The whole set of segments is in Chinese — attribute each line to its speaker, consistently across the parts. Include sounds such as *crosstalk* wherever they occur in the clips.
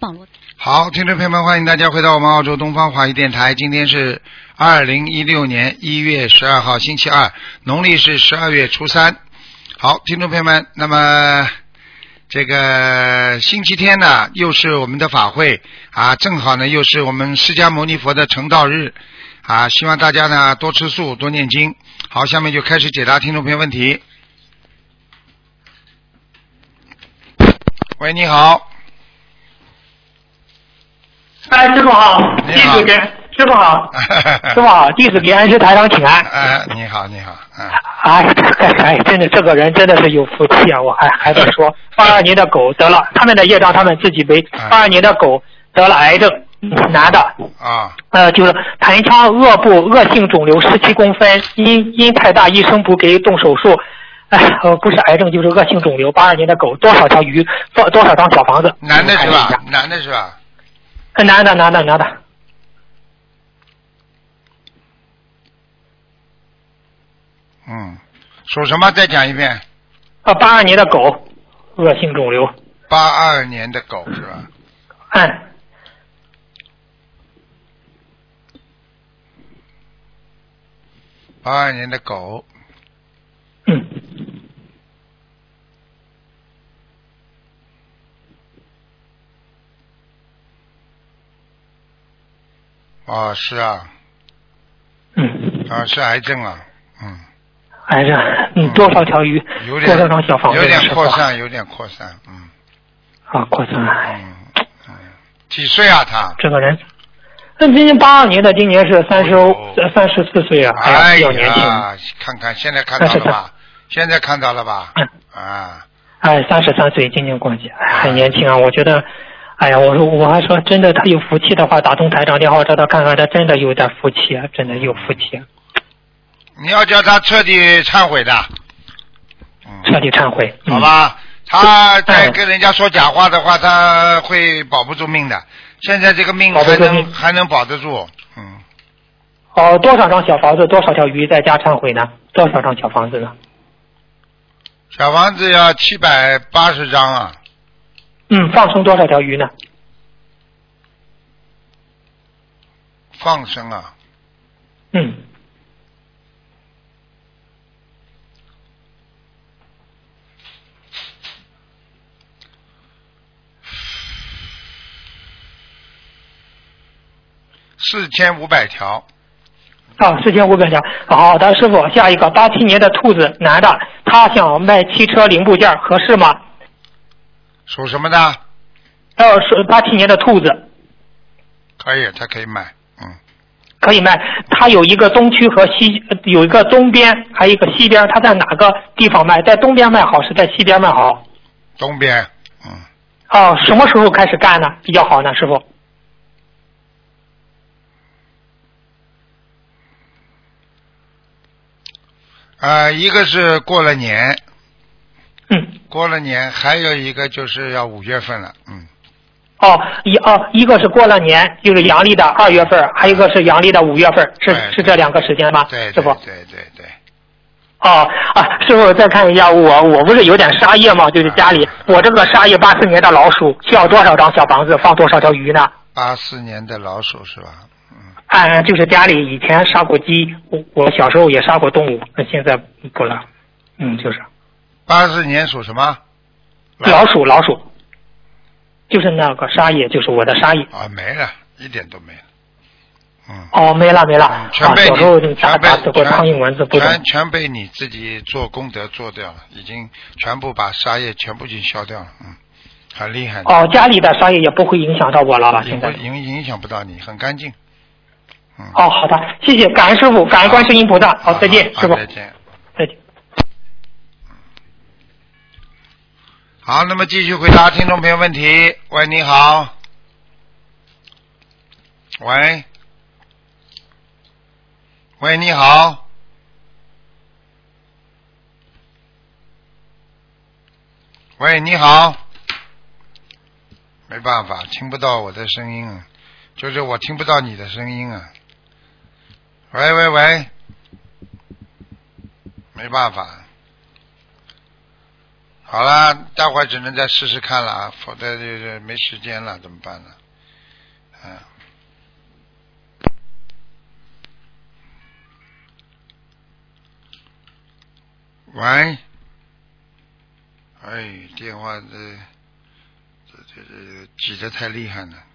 Speaker 1: 网络。
Speaker 2: 好，听众朋友们，欢迎大家回到我们澳洲东方华语电台。今天是二零一六年一月十二号，星期二，农历是十二月初三。好，听众朋友们，那么这个星期天呢，又是我们的法会啊，正好呢，又是我们释迦牟尼佛的成道日啊，希望大家呢多吃素，多念经。好，下面就开始解答听众朋友问题。喂，你好，
Speaker 3: 哎，师傅好，
Speaker 2: 你
Speaker 3: 弟
Speaker 2: 好
Speaker 3: 子给师
Speaker 2: *laughs*
Speaker 3: 傅好，师傅好，弟子给恩师台长请安。
Speaker 2: 哎，你好，你好，嗯，
Speaker 3: 哎，哎哎，真的，这个人真的是有福气啊！我还还得
Speaker 2: *laughs*
Speaker 3: 说，八二年的狗得了，他们的业障他们自己背。
Speaker 2: 哎
Speaker 3: 八二年的狗得了癌症，男的，
Speaker 2: 啊，
Speaker 3: 呃，就是盆腔颚部恶性肿瘤十七公分，因因太大，医生不给动手术。哎，呃，不是癌症就是恶性肿瘤。八二年的狗，多少条鱼，多多少张小房子？
Speaker 2: 男的是
Speaker 3: 嗯看一下
Speaker 2: 吧？男的是吧？
Speaker 3: 呃男的，男的，男的。
Speaker 2: 嗯，属什么？再讲一遍。
Speaker 3: 啊，八二年的狗，恶性肿瘤。
Speaker 2: 八二年的狗是吧？
Speaker 3: 嗯，
Speaker 2: 八二年的狗，
Speaker 3: 嗯，
Speaker 2: 啊、是啊，
Speaker 3: 嗯，
Speaker 2: 啊，是癌症啊，嗯，
Speaker 3: 还是嗯多少条鱼，
Speaker 2: 有
Speaker 3: 多
Speaker 2: 点
Speaker 3: 少张小房子
Speaker 2: 有点
Speaker 3: 是吧
Speaker 2: 扩散，有点扩散，嗯
Speaker 3: 啊，扩散。哎
Speaker 2: 嗯嗯，几岁啊他？
Speaker 3: 这个人，那今年八二年的，今年是三十
Speaker 2: 哦
Speaker 3: 三十四岁啊，还
Speaker 2: 哎
Speaker 3: 比较年轻。
Speaker 2: 呀，看看现在看到了吧？现在看到了吧？
Speaker 3: 嗯
Speaker 2: 啊，
Speaker 3: 哎，三十三岁，今年过节，哎很年轻啊。我觉得，哎呀，我说我还说真的，他有福气的话，打通台长电话找他看看，他真的有点福气，啊，真的有福气，
Speaker 2: 你要叫他彻底忏悔的，
Speaker 3: 彻
Speaker 2: 嗯，
Speaker 3: 底忏悔。嗯
Speaker 2: 好。吧？他再跟人家说假话的话，他会保不住命的。现在这个命
Speaker 3: 保不
Speaker 2: 还
Speaker 3: 住
Speaker 2: 能
Speaker 3: 命
Speaker 2: 还能保得住，嗯。
Speaker 3: 哦，多少张小房子，多少条鱼在家忏悔呢？多少张小房子呢？
Speaker 2: 小房子要七百八十张啊，
Speaker 3: 嗯，放生多少条鱼呢？
Speaker 2: 放生啊，
Speaker 3: 嗯，
Speaker 2: 四千五百条，
Speaker 3: 啊，四千五百条。好的，师傅，下一个八七年的兔子，男的，他想卖汽车零部件，合适吗？
Speaker 2: 属什么的？
Speaker 3: 呃，是八七年的兔子
Speaker 2: 可以，他可以买，嗯，
Speaker 3: 可以卖。他有一个东区和西，呃有一个东边，还有一个西边。他在哪个地方卖？在东边卖好，是在西边卖好？
Speaker 2: 东边，嗯，
Speaker 3: 哦，什么时候开始干呢？比较好呢，师傅。
Speaker 2: 呃，一个是过了年，
Speaker 3: 嗯，
Speaker 2: 过了年，还有一个就是要五月份了，嗯，
Speaker 3: 哦，一哦，一个是过了年，就是阳历的二月份，还有一个是阳历的五月份，是
Speaker 2: 对
Speaker 3: 是这两个时间吗？
Speaker 2: 对
Speaker 3: 师
Speaker 2: 对
Speaker 3: 傅。
Speaker 2: 对对对，
Speaker 3: 哦啊，师傅再看一下我，我不是有点沙叶吗？就是家里我这个沙叶八四年的老鼠，需要多少张小房子放多少条鱼呢？
Speaker 2: 八四年的老鼠是吧？嗯，
Speaker 3: 嗯，就是家里以前杀过鸡，我我小时候也杀过动物，那现在不了。嗯，就是
Speaker 2: 八四年属什么？
Speaker 3: 老鼠，老鼠，就是那个沙叶，就是我的沙叶。
Speaker 2: 啊，没了，一点都没了，嗯。
Speaker 3: 哦，没了没了。
Speaker 2: 嗯全
Speaker 3: 啊，
Speaker 2: 被
Speaker 3: 小时候就
Speaker 2: 你
Speaker 3: 打
Speaker 2: 全被
Speaker 3: 打死过苍蝇蚊子，不懂。
Speaker 2: 全全被你自己做功德做掉了，已经全部把沙叶全部已经消掉了，嗯，很厉害的，
Speaker 3: 哦，家里的沙叶也不会影响到我了吧？
Speaker 2: 也
Speaker 3: 现
Speaker 2: 不
Speaker 3: 在。
Speaker 2: 影影响不到你，很干净，嗯，
Speaker 3: 哦，好的，谢谢，感恩师傅，感恩观世音菩萨。好，再见，
Speaker 2: 好
Speaker 3: 师傅，
Speaker 2: 再见。
Speaker 3: 再见。
Speaker 2: 好，那么继续回答听众朋友问题。喂，你好。喂，喂，你好。喂，你好。没办法，听不到我的声音啊，就是我听不到你的声音啊。喂喂喂，没办法。好了，待会儿只能再试试看了啊，否则就是没时间了，怎么办呢？嗯。喂，哎，电话这这这这挤得太厉害了。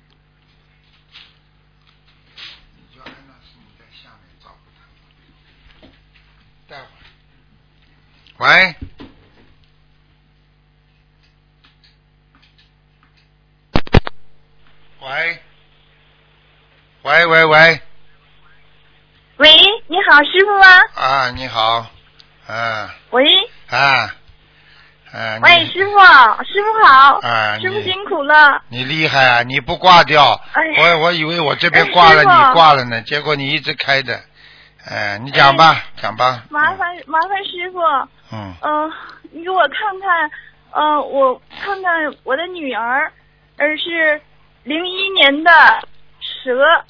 Speaker 2: 你叫安娜是你在下面照顾他，待会儿。喂。喂，喂喂喂，
Speaker 1: 喂，你好，师傅吗？
Speaker 2: 啊，你好，啊
Speaker 1: 喂，
Speaker 2: 啊啊，
Speaker 1: 喂，
Speaker 2: 你
Speaker 1: 师傅，师傅好，
Speaker 2: 啊，
Speaker 1: 师傅
Speaker 2: 你
Speaker 1: 辛苦了。
Speaker 2: 你厉害啊，你不挂掉，
Speaker 1: 哎呀
Speaker 2: 我我以为我这边挂了
Speaker 1: 哎师傅
Speaker 2: 你挂了呢，结果你一直开着，哎，你讲吧，讲吧，
Speaker 1: 麻烦麻烦师傅，
Speaker 2: 嗯，
Speaker 1: 嗯、你给我看看，呃，我看看我的女儿，呃，是零一年的蛇，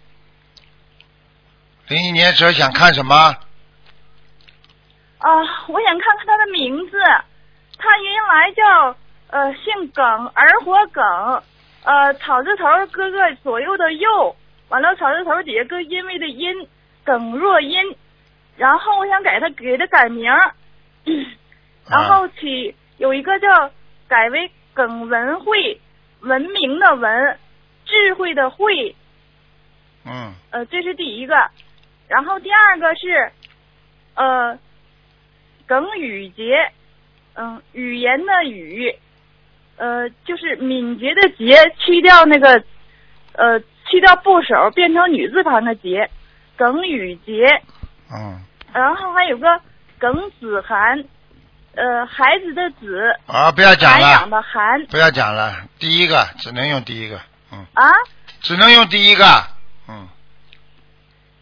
Speaker 2: 零一年蛇想看什么？
Speaker 1: 啊、我想看看她的名字，她原来叫呃姓耿，儿火耿，呃草字头哥哥左右的右，完了草字头底下个因为的因，耿若音，然后我想给她给她改名儿，然后起有一个叫改为耿文慧，文明的文，智慧的慧，
Speaker 2: 嗯
Speaker 1: 呃，这是第一个，然后第二个是，呃，耿语节，嗯、语言的语，呃，就是敏捷的捷，去掉那个，呃，去掉部首，变成女字旁的节，耿语节，
Speaker 2: 嗯，
Speaker 1: 然后还有个耿子涵，呃，孩子的子，
Speaker 2: 啊，不要讲
Speaker 1: 涵养
Speaker 2: 了，
Speaker 1: 的涵
Speaker 2: 不要讲了，第一个只能用第一个，嗯，
Speaker 1: 啊，
Speaker 2: 只能用第一个，嗯。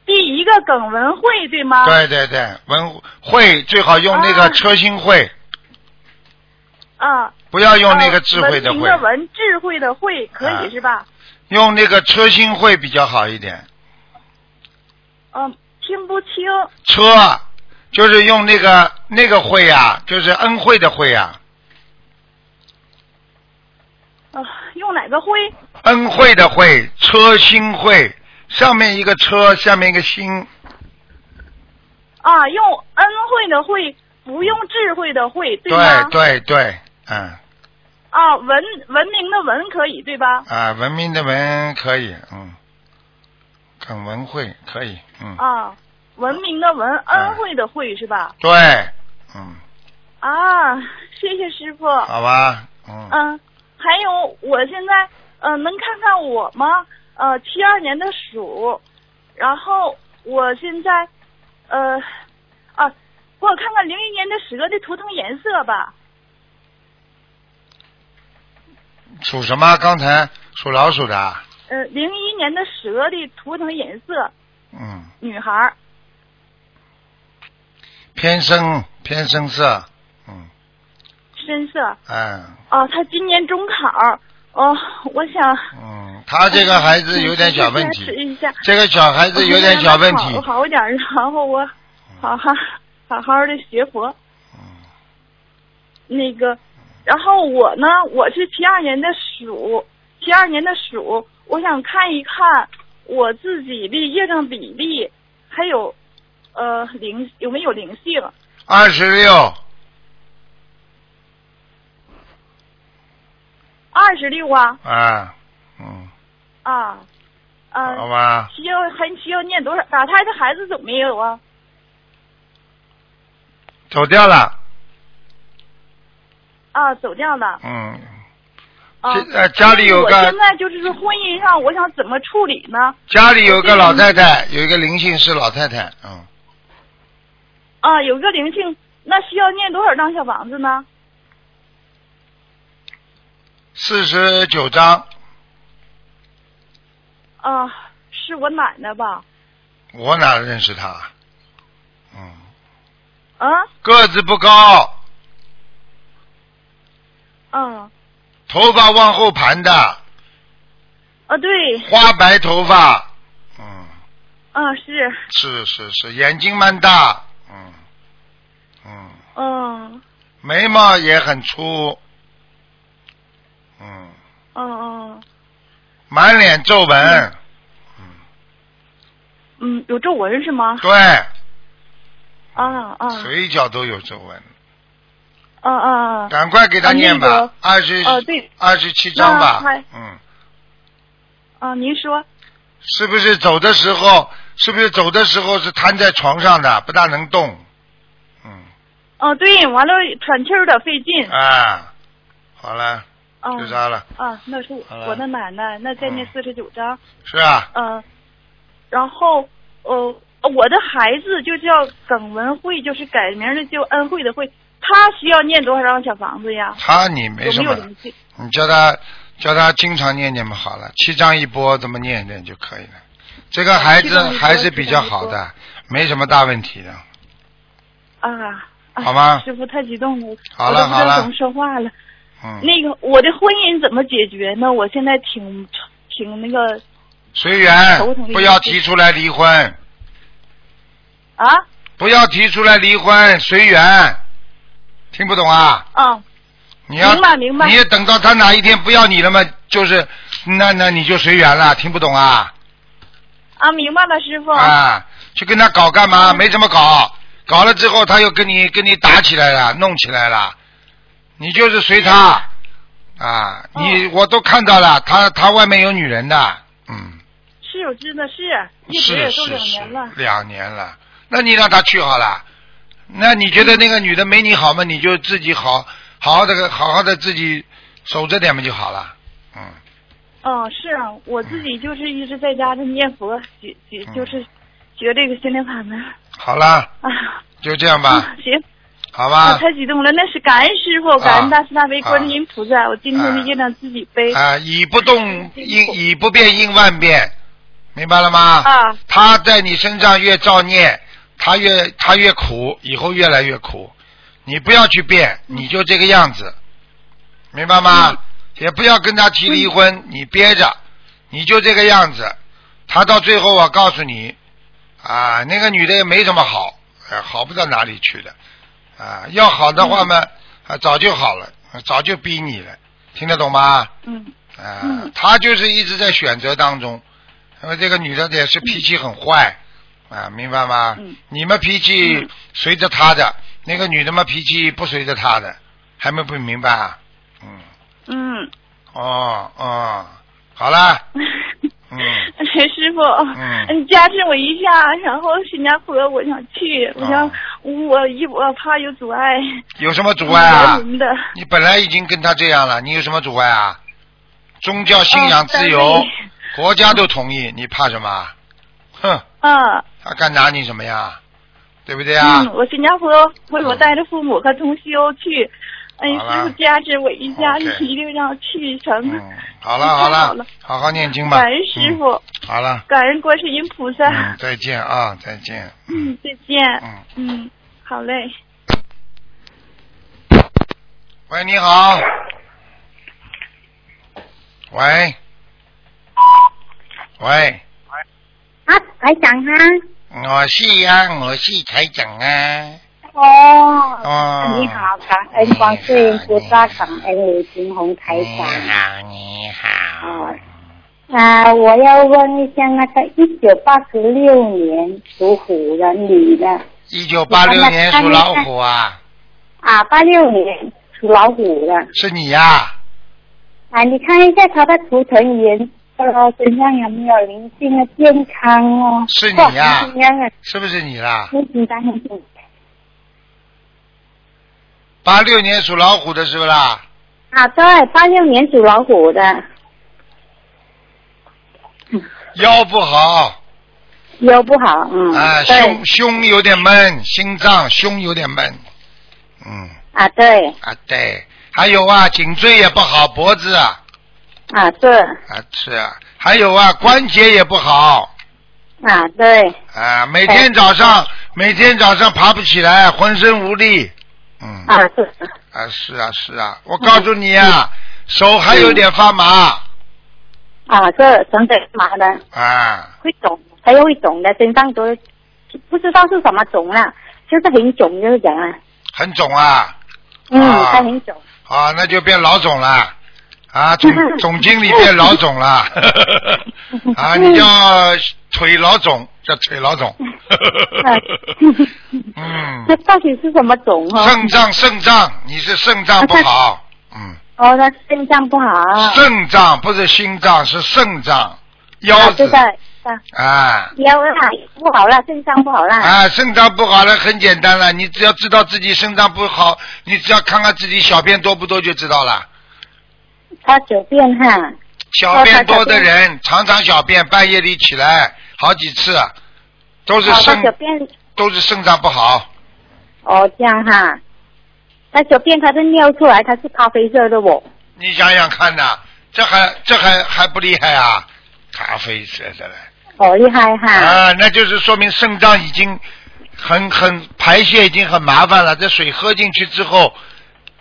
Speaker 1: 第一个耿文慧对吗？
Speaker 2: 对对对，文慧最好用那个
Speaker 1: 啊
Speaker 2: 车薪慧，
Speaker 1: 啊，
Speaker 2: 不要用那
Speaker 1: 呃
Speaker 2: 个智慧的
Speaker 1: 文明
Speaker 2: 慧，
Speaker 1: 的文，智慧的慧，可
Speaker 2: 啊
Speaker 1: 以是吧？
Speaker 2: 用那个车薪慧比较好一点。
Speaker 1: 嗯，听不清。
Speaker 2: 车就是用那个那个慧啊，就是恩惠的惠啊，
Speaker 1: 呃，用哪个灰？
Speaker 2: 恩惠的惠，车薪慧，上面一个车，下面一个心，
Speaker 1: 啊，用恩惠的惠，不用智慧的慧，对吗？
Speaker 2: 对对对，嗯
Speaker 1: 啊，文文明的文可以对吧？
Speaker 2: 啊，文明的文可以，嗯，很文慧可以，嗯，
Speaker 1: 啊，文明的文，恩惠的惠是吧？
Speaker 2: 对，嗯，
Speaker 1: 啊，谢谢师傅。
Speaker 2: 好吧，嗯，
Speaker 1: 嗯，还有我现在，呃，能看看我吗？呃，七二年的鼠，然后我现在，呃，啊，给我看看零一年的蛇的图腾颜色吧。
Speaker 2: 属什么？刚才属老鼠的啊。
Speaker 1: 呃，零一年的蛇的图腾颜色，
Speaker 2: 嗯，
Speaker 1: 女孩儿
Speaker 2: 偏深偏深色，嗯，
Speaker 1: 深色。
Speaker 2: 哎，
Speaker 1: 哦，她今年中考。哦，我想。
Speaker 2: 嗯，他这个孩子有点小问
Speaker 1: 支持
Speaker 2: 题，
Speaker 1: 一下。
Speaker 2: 这个小孩子有点小问题
Speaker 1: 我，好一点，然后我好好好好的学佛。
Speaker 2: 嗯
Speaker 1: 那个，然后我呢，我是七二年的鼠，七二年的鼠，我想看一看我自己的业障比例，还有呃灵有没有灵性。
Speaker 2: 二十六，
Speaker 1: 二十六啊
Speaker 2: 啊，嗯，
Speaker 1: 啊，
Speaker 2: 好
Speaker 1: 呃，
Speaker 2: 吧，
Speaker 1: 需要还需要念多少？打胎的孩子有没有啊？
Speaker 2: 走掉了，
Speaker 1: 啊，走掉了。
Speaker 2: 嗯，
Speaker 1: 啊
Speaker 2: 这，呃家里有个
Speaker 1: 我现在就是说婚姻上，我想怎么处理呢？
Speaker 2: 家里有个老太太，有一个灵性是老太太，嗯，
Speaker 1: 啊，有个灵性，那需要念多少张小房子呢？
Speaker 2: 四十九章，
Speaker 1: 啊，是我奶奶吧？
Speaker 2: 我哪认识她？嗯，
Speaker 1: 啊，
Speaker 2: 个子不高，
Speaker 1: 嗯，
Speaker 2: 头发往后盘的，
Speaker 1: 啊，对，
Speaker 2: 花白头发，嗯。
Speaker 1: 啊，是，
Speaker 2: 是是是，眼睛蛮大，嗯嗯，
Speaker 1: 嗯，
Speaker 2: 眉毛也很粗，嗯，
Speaker 1: 嗯嗯
Speaker 2: 满脸皱纹，
Speaker 1: 嗯，有皱纹是吗？
Speaker 2: 对，
Speaker 1: 啊啊
Speaker 2: 嘴角都有皱纹，
Speaker 1: 啊啊！
Speaker 2: 赶快给他
Speaker 1: 啊那
Speaker 2: 念吧
Speaker 1: 个，
Speaker 2: 二十
Speaker 1: 哦对
Speaker 2: 二十七章吧
Speaker 1: 那还，
Speaker 2: 嗯，
Speaker 1: 啊，您说
Speaker 2: 是不是走的时候，是不是走的时候是瘫在床上的，不大能动，嗯
Speaker 1: 哦，对，完了喘气儿的费劲。
Speaker 2: 啊，好了，
Speaker 1: 啊
Speaker 2: 就这了，
Speaker 1: 啊，那是我
Speaker 2: 好了
Speaker 1: 我的奶奶，那再念
Speaker 2: 嗯
Speaker 1: 四十九章。
Speaker 2: 是啊，
Speaker 1: 嗯，然后呃，我的孩子就叫耿文慧，就是改名的叫恩惠的惠，他需要念多少张小房子呀？
Speaker 2: 他你没
Speaker 1: 有
Speaker 2: 什
Speaker 1: 没有
Speaker 2: 么了，
Speaker 1: 灵性？
Speaker 2: 你叫他叫他经常念念嘛，好了，七张一波怎么念一念就可以了。这个孩
Speaker 1: 七张
Speaker 2: 子
Speaker 1: 一波
Speaker 2: 还是比较好
Speaker 1: 七张
Speaker 2: 的，没什么大问题的。
Speaker 1: 啊，啊
Speaker 2: 好吗
Speaker 1: 师傅太激动了，
Speaker 2: 好了
Speaker 1: 我都不知
Speaker 2: 好了
Speaker 1: 道怎么说话了。
Speaker 2: 嗯，
Speaker 1: 那个我的婚姻怎么解决呢？我现在挺挺那个
Speaker 2: 随
Speaker 1: 头疼
Speaker 2: 缘，
Speaker 1: 的
Speaker 2: 不要提出来离婚，
Speaker 1: 啊
Speaker 2: 不要提出来离婚，随缘。听不懂啊？
Speaker 1: 啊
Speaker 2: 你要
Speaker 1: 明白明白
Speaker 2: 你也等到他哪一天不要你了嘛，就是那那你就随缘了。听不懂啊？
Speaker 1: 啊，明白了，师傅。
Speaker 2: 啊，去跟他搞干
Speaker 1: 嗯
Speaker 2: 嘛？没什么搞，搞了之后他又跟你跟你打起来了，弄起来了，你就是随他
Speaker 1: 嗯
Speaker 2: 啊！你、
Speaker 1: 哦
Speaker 2: 我都看到了，他他外面有女人的，嗯，
Speaker 1: 是，我知道是，一直
Speaker 2: 是
Speaker 1: 也都
Speaker 2: 是
Speaker 1: 两
Speaker 2: 是
Speaker 1: 年了，。
Speaker 2: 两年了，那你让他去好了。那你觉得
Speaker 1: 嗯
Speaker 2: 那个女的没你好吗？你就自己好好好的好好的自己守着点嘛就好了，嗯。
Speaker 1: 嗯，是啊，我自己就是一直在家就念佛，学学
Speaker 2: 嗯
Speaker 1: 就是学这个心灵法门
Speaker 2: 好了，
Speaker 1: 啊。
Speaker 2: 就这样吧，
Speaker 1: 嗯行，
Speaker 2: 好
Speaker 1: 我
Speaker 2: 吧。
Speaker 1: 太激动了，那是感恩师傅，感恩大慈大悲观世音菩萨，我今天的业障自己背
Speaker 2: 啊，以不动应以不变应万变，明白了吗？
Speaker 1: 啊
Speaker 2: 他在你身上越造孽，他越他越苦，以后越来越苦。你不要去变，你就这个样子，明白吗？也不要跟他提离婚，你憋着，你就这个样子。他到最后，我告诉你，啊，那个女的也没什么好，呃好不到哪里去的，啊，要好的话嘛，啊，早就好了，早就逼你了，听得懂吗？
Speaker 1: 嗯
Speaker 2: 啊、
Speaker 1: 嗯
Speaker 2: 他就是一直在选择当中，因为这个女的也是脾气很坏，啊，明白吗？
Speaker 1: 嗯
Speaker 2: 你们脾气
Speaker 1: 嗯
Speaker 2: 随着她的，那个女的嘛脾气不随着她的，还没不明白啊？嗯，
Speaker 1: 嗯，
Speaker 2: 哦哦，好了，
Speaker 1: *laughs*
Speaker 2: 嗯，
Speaker 1: 哎师傅，
Speaker 2: 嗯
Speaker 1: 你加持我一下，然后新加坡我想去，我想
Speaker 2: 啊
Speaker 1: 我一我怕有阻碍，
Speaker 2: 有什么阻碍啊
Speaker 1: 我？您的
Speaker 2: 你本来已经跟他这样了，你有什么阻碍啊？宗教信仰
Speaker 1: 嗯
Speaker 2: 自
Speaker 1: 当
Speaker 2: 由
Speaker 1: 然，
Speaker 2: 国家都同意，你怕什么啊？哼，
Speaker 1: 啊。
Speaker 2: 他敢拿你什么呀？对不对啊？
Speaker 1: 嗯，我新加坡我我带着父母和同修去，哎，
Speaker 2: 好了
Speaker 1: 师傅加持我一家，
Speaker 2: OK
Speaker 1: 一定让去成。
Speaker 2: 嗯， *laughs* 好了好
Speaker 1: 太
Speaker 2: 了
Speaker 1: 好了，
Speaker 2: 好好念经吧。
Speaker 1: 感恩师
Speaker 2: 嗯、
Speaker 1: 傅，
Speaker 2: 好了，
Speaker 1: 感恩观世音菩萨。
Speaker 2: 嗯，
Speaker 1: *laughs*
Speaker 2: 再见啊，再见。嗯
Speaker 1: 嗯，再见。
Speaker 2: 嗯，
Speaker 1: 嗯，好嘞。
Speaker 2: 喂，你好。喂。喂，
Speaker 4: 啊，台长啊，
Speaker 2: 我是啊，我是台长啊。
Speaker 4: 哦，
Speaker 2: 哦。
Speaker 4: 你好，感恩观世音菩萨，感恩卢金红台
Speaker 2: 你
Speaker 4: 长。
Speaker 2: 好，你好。
Speaker 4: 啊，我要问一下那个一九八六年属虎的女的
Speaker 2: 一九八六年属老虎啊，
Speaker 4: 啊，八六年属老虎的
Speaker 2: 是你呀、
Speaker 4: 啊，你看一下她的图腾颜色哦，身上有没有灵性的健康哦？
Speaker 2: 是你呀
Speaker 4: 怎么样啊？
Speaker 2: 是不是你啦？
Speaker 4: 很紧张，很紧张。
Speaker 2: 八六年属老虎的是不是啦？
Speaker 4: 啊，对，八六年属老虎的，
Speaker 2: 腰不好，
Speaker 4: 腰不好，嗯，
Speaker 2: 啊，
Speaker 4: 对
Speaker 2: 胸，胸有点闷，心脏胸有点闷，嗯
Speaker 4: 啊对，
Speaker 2: 啊对，还有啊颈椎也不好，脖子啊
Speaker 4: 啊对，
Speaker 2: 啊是啊，还有啊关节也不好
Speaker 4: 啊对。
Speaker 2: 啊，每天早上每天早上爬不起来，浑身无力，嗯
Speaker 4: 啊，嗯是
Speaker 2: 啊是啊是啊，我告诉你啊，手还有点发麻
Speaker 4: 啊，这真的麻的，
Speaker 2: 啊，
Speaker 4: 会肿，还有会肿的，身上都不知道是什么肿了，就是很肿，就是讲啊，
Speaker 2: 很肿啊，
Speaker 4: 嗯，
Speaker 2: 啊
Speaker 4: 他
Speaker 2: *laughs*
Speaker 4: 很肿。
Speaker 2: 啊，那就变老总了，啊，总总经理变老总了，啊，你叫腿老总，叫腿老总，
Speaker 4: *laughs* 那
Speaker 2: 嗯，
Speaker 4: 啊到底是什么肿哦？
Speaker 2: 肾脏肾脏，你是肾脏不好，嗯，
Speaker 4: 哦，他肾脏不好。
Speaker 2: 肾脏不是心脏，是肾脏，腰
Speaker 4: 啊，对
Speaker 2: 子
Speaker 4: 的，，啊
Speaker 2: 啊。
Speaker 4: 腰啊不好了，肾脏不好了。
Speaker 2: 啊，肾脏不好了，很简单了，你只要知道自己肾脏不好，你只要看看自己小便多不多就知道了。
Speaker 4: 他小便哈，
Speaker 2: 小便多的人，常常啊小便，半夜里起来好几次，都是
Speaker 4: 哦，他
Speaker 2: 肾、
Speaker 4: 小便
Speaker 2: 都是肾脏不好。
Speaker 4: 哦这样哈，他小便他的尿出来，他是咖啡色的哦。
Speaker 2: 你想想看呐、这还这还还不厉害啊？咖啡色的了
Speaker 4: 好哦厉害哈！
Speaker 2: 啊，那就是说明肾脏已经很很排泄已经很麻烦了，这水喝进去之后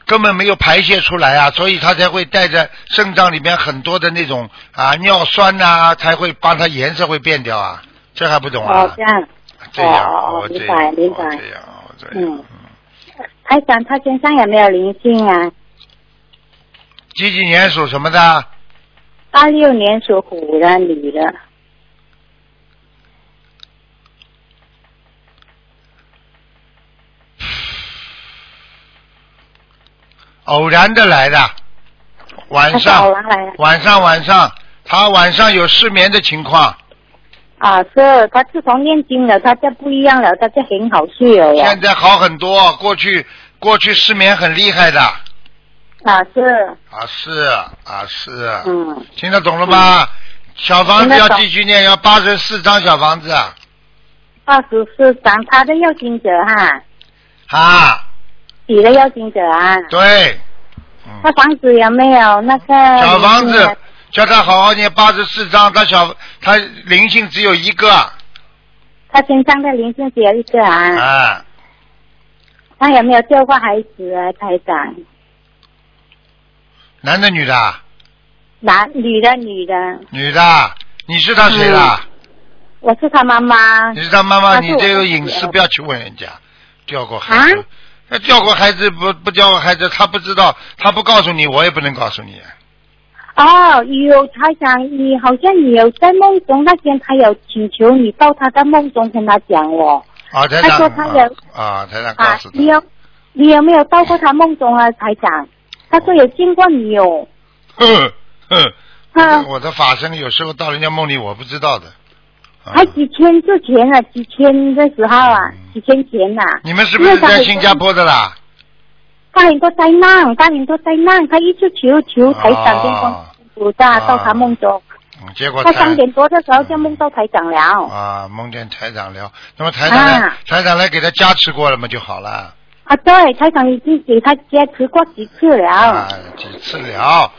Speaker 2: 根本没有排泄出来啊，所以它才会带着肾脏里面很多的那种啊尿酸呐、才会帮它颜色会变掉啊，这还不懂啊？
Speaker 4: 哦，这样，
Speaker 2: 这样，
Speaker 4: 哦
Speaker 2: 我这
Speaker 4: 明
Speaker 2: 样，
Speaker 4: 白明
Speaker 2: 我
Speaker 4: 白
Speaker 2: 这样，我这样。
Speaker 4: 嗯，台长他身上有没有灵性啊？
Speaker 2: 几几年属什么的？
Speaker 4: 八六年属虎的女的，
Speaker 2: 偶然的来的，晚
Speaker 4: 她是偶
Speaker 2: 上，
Speaker 4: 然来的
Speaker 2: 晚上，晚上，他晚上有失眠的情况，
Speaker 4: 啊，是她自从念经了，她就不一样了，她就很好睡了呀
Speaker 2: 现。在好很多。过去过去失眠很厉害的，啊
Speaker 4: 啊，是，
Speaker 2: 是啊是，
Speaker 4: 嗯，
Speaker 2: 听得懂了吗？小房
Speaker 4: 听
Speaker 2: 子
Speaker 4: 得
Speaker 2: 要
Speaker 4: 懂
Speaker 2: 继续念，要八十四张小房子啊
Speaker 4: 二十四张，她的要经者哈，
Speaker 2: 啊，
Speaker 4: 几个要经者啊？
Speaker 2: 对，嗯
Speaker 4: 那房子有没有那个？啊
Speaker 2: 小房子。叫他好好念八十四章，他小他灵性只有一个
Speaker 4: 她身上的灵性只有一个啊，
Speaker 2: 啊，
Speaker 4: 她有没有救过孩子啊？台长，
Speaker 2: 男的女的啊？
Speaker 4: 男女的女的，
Speaker 2: 女的，你是他谁啦？
Speaker 4: 我是她妈妈
Speaker 2: 你。是他妈妈，
Speaker 4: 她
Speaker 2: 你
Speaker 4: 是我
Speaker 2: 这个
Speaker 4: 自己
Speaker 2: 隐私
Speaker 4: 的
Speaker 2: 不要去问人家。掉过孩子
Speaker 4: 啊，
Speaker 2: 那掉过孩子不不掉过孩子，他不知道，他不告诉你，我也不能告诉你。
Speaker 4: 哦，有台长，你好像你有在梦中那天，他有请求你到他的梦中跟他讲哦。
Speaker 2: 啊，台
Speaker 4: 他
Speaker 2: 长
Speaker 4: 说他
Speaker 2: 啊
Speaker 4: 有
Speaker 2: 啊，台长告
Speaker 4: 啊
Speaker 2: 诉，
Speaker 4: 你
Speaker 2: 他
Speaker 4: 有，你有没有到过他梦中啊，台长？他说有见过你哦。
Speaker 2: *laughs* 哼哼，
Speaker 4: 啊，
Speaker 2: 嗯我的法身有时候到人家梦里我不知道的。啊嗯
Speaker 4: 还几天之前啊，几天的时候啊，几天前呐、啊。
Speaker 2: 你们是不是
Speaker 4: 因为他
Speaker 2: 在
Speaker 4: 很
Speaker 2: 新加？坡的啦？
Speaker 4: 他很多灾难，他很多灾难，他一直求求台长跟观世音菩萨
Speaker 2: 啊
Speaker 4: 到他梦中。
Speaker 2: 嗯，结果
Speaker 4: 他
Speaker 2: 才
Speaker 4: 三点多的时候就梦到台长了。
Speaker 2: 啊，梦见台长了，那么台长来
Speaker 4: 哦啊，
Speaker 2: 台长来给他加持过了嘛就好了。
Speaker 4: 啊，对，台长已经给他加持过几次了。
Speaker 2: 啊，几次聊，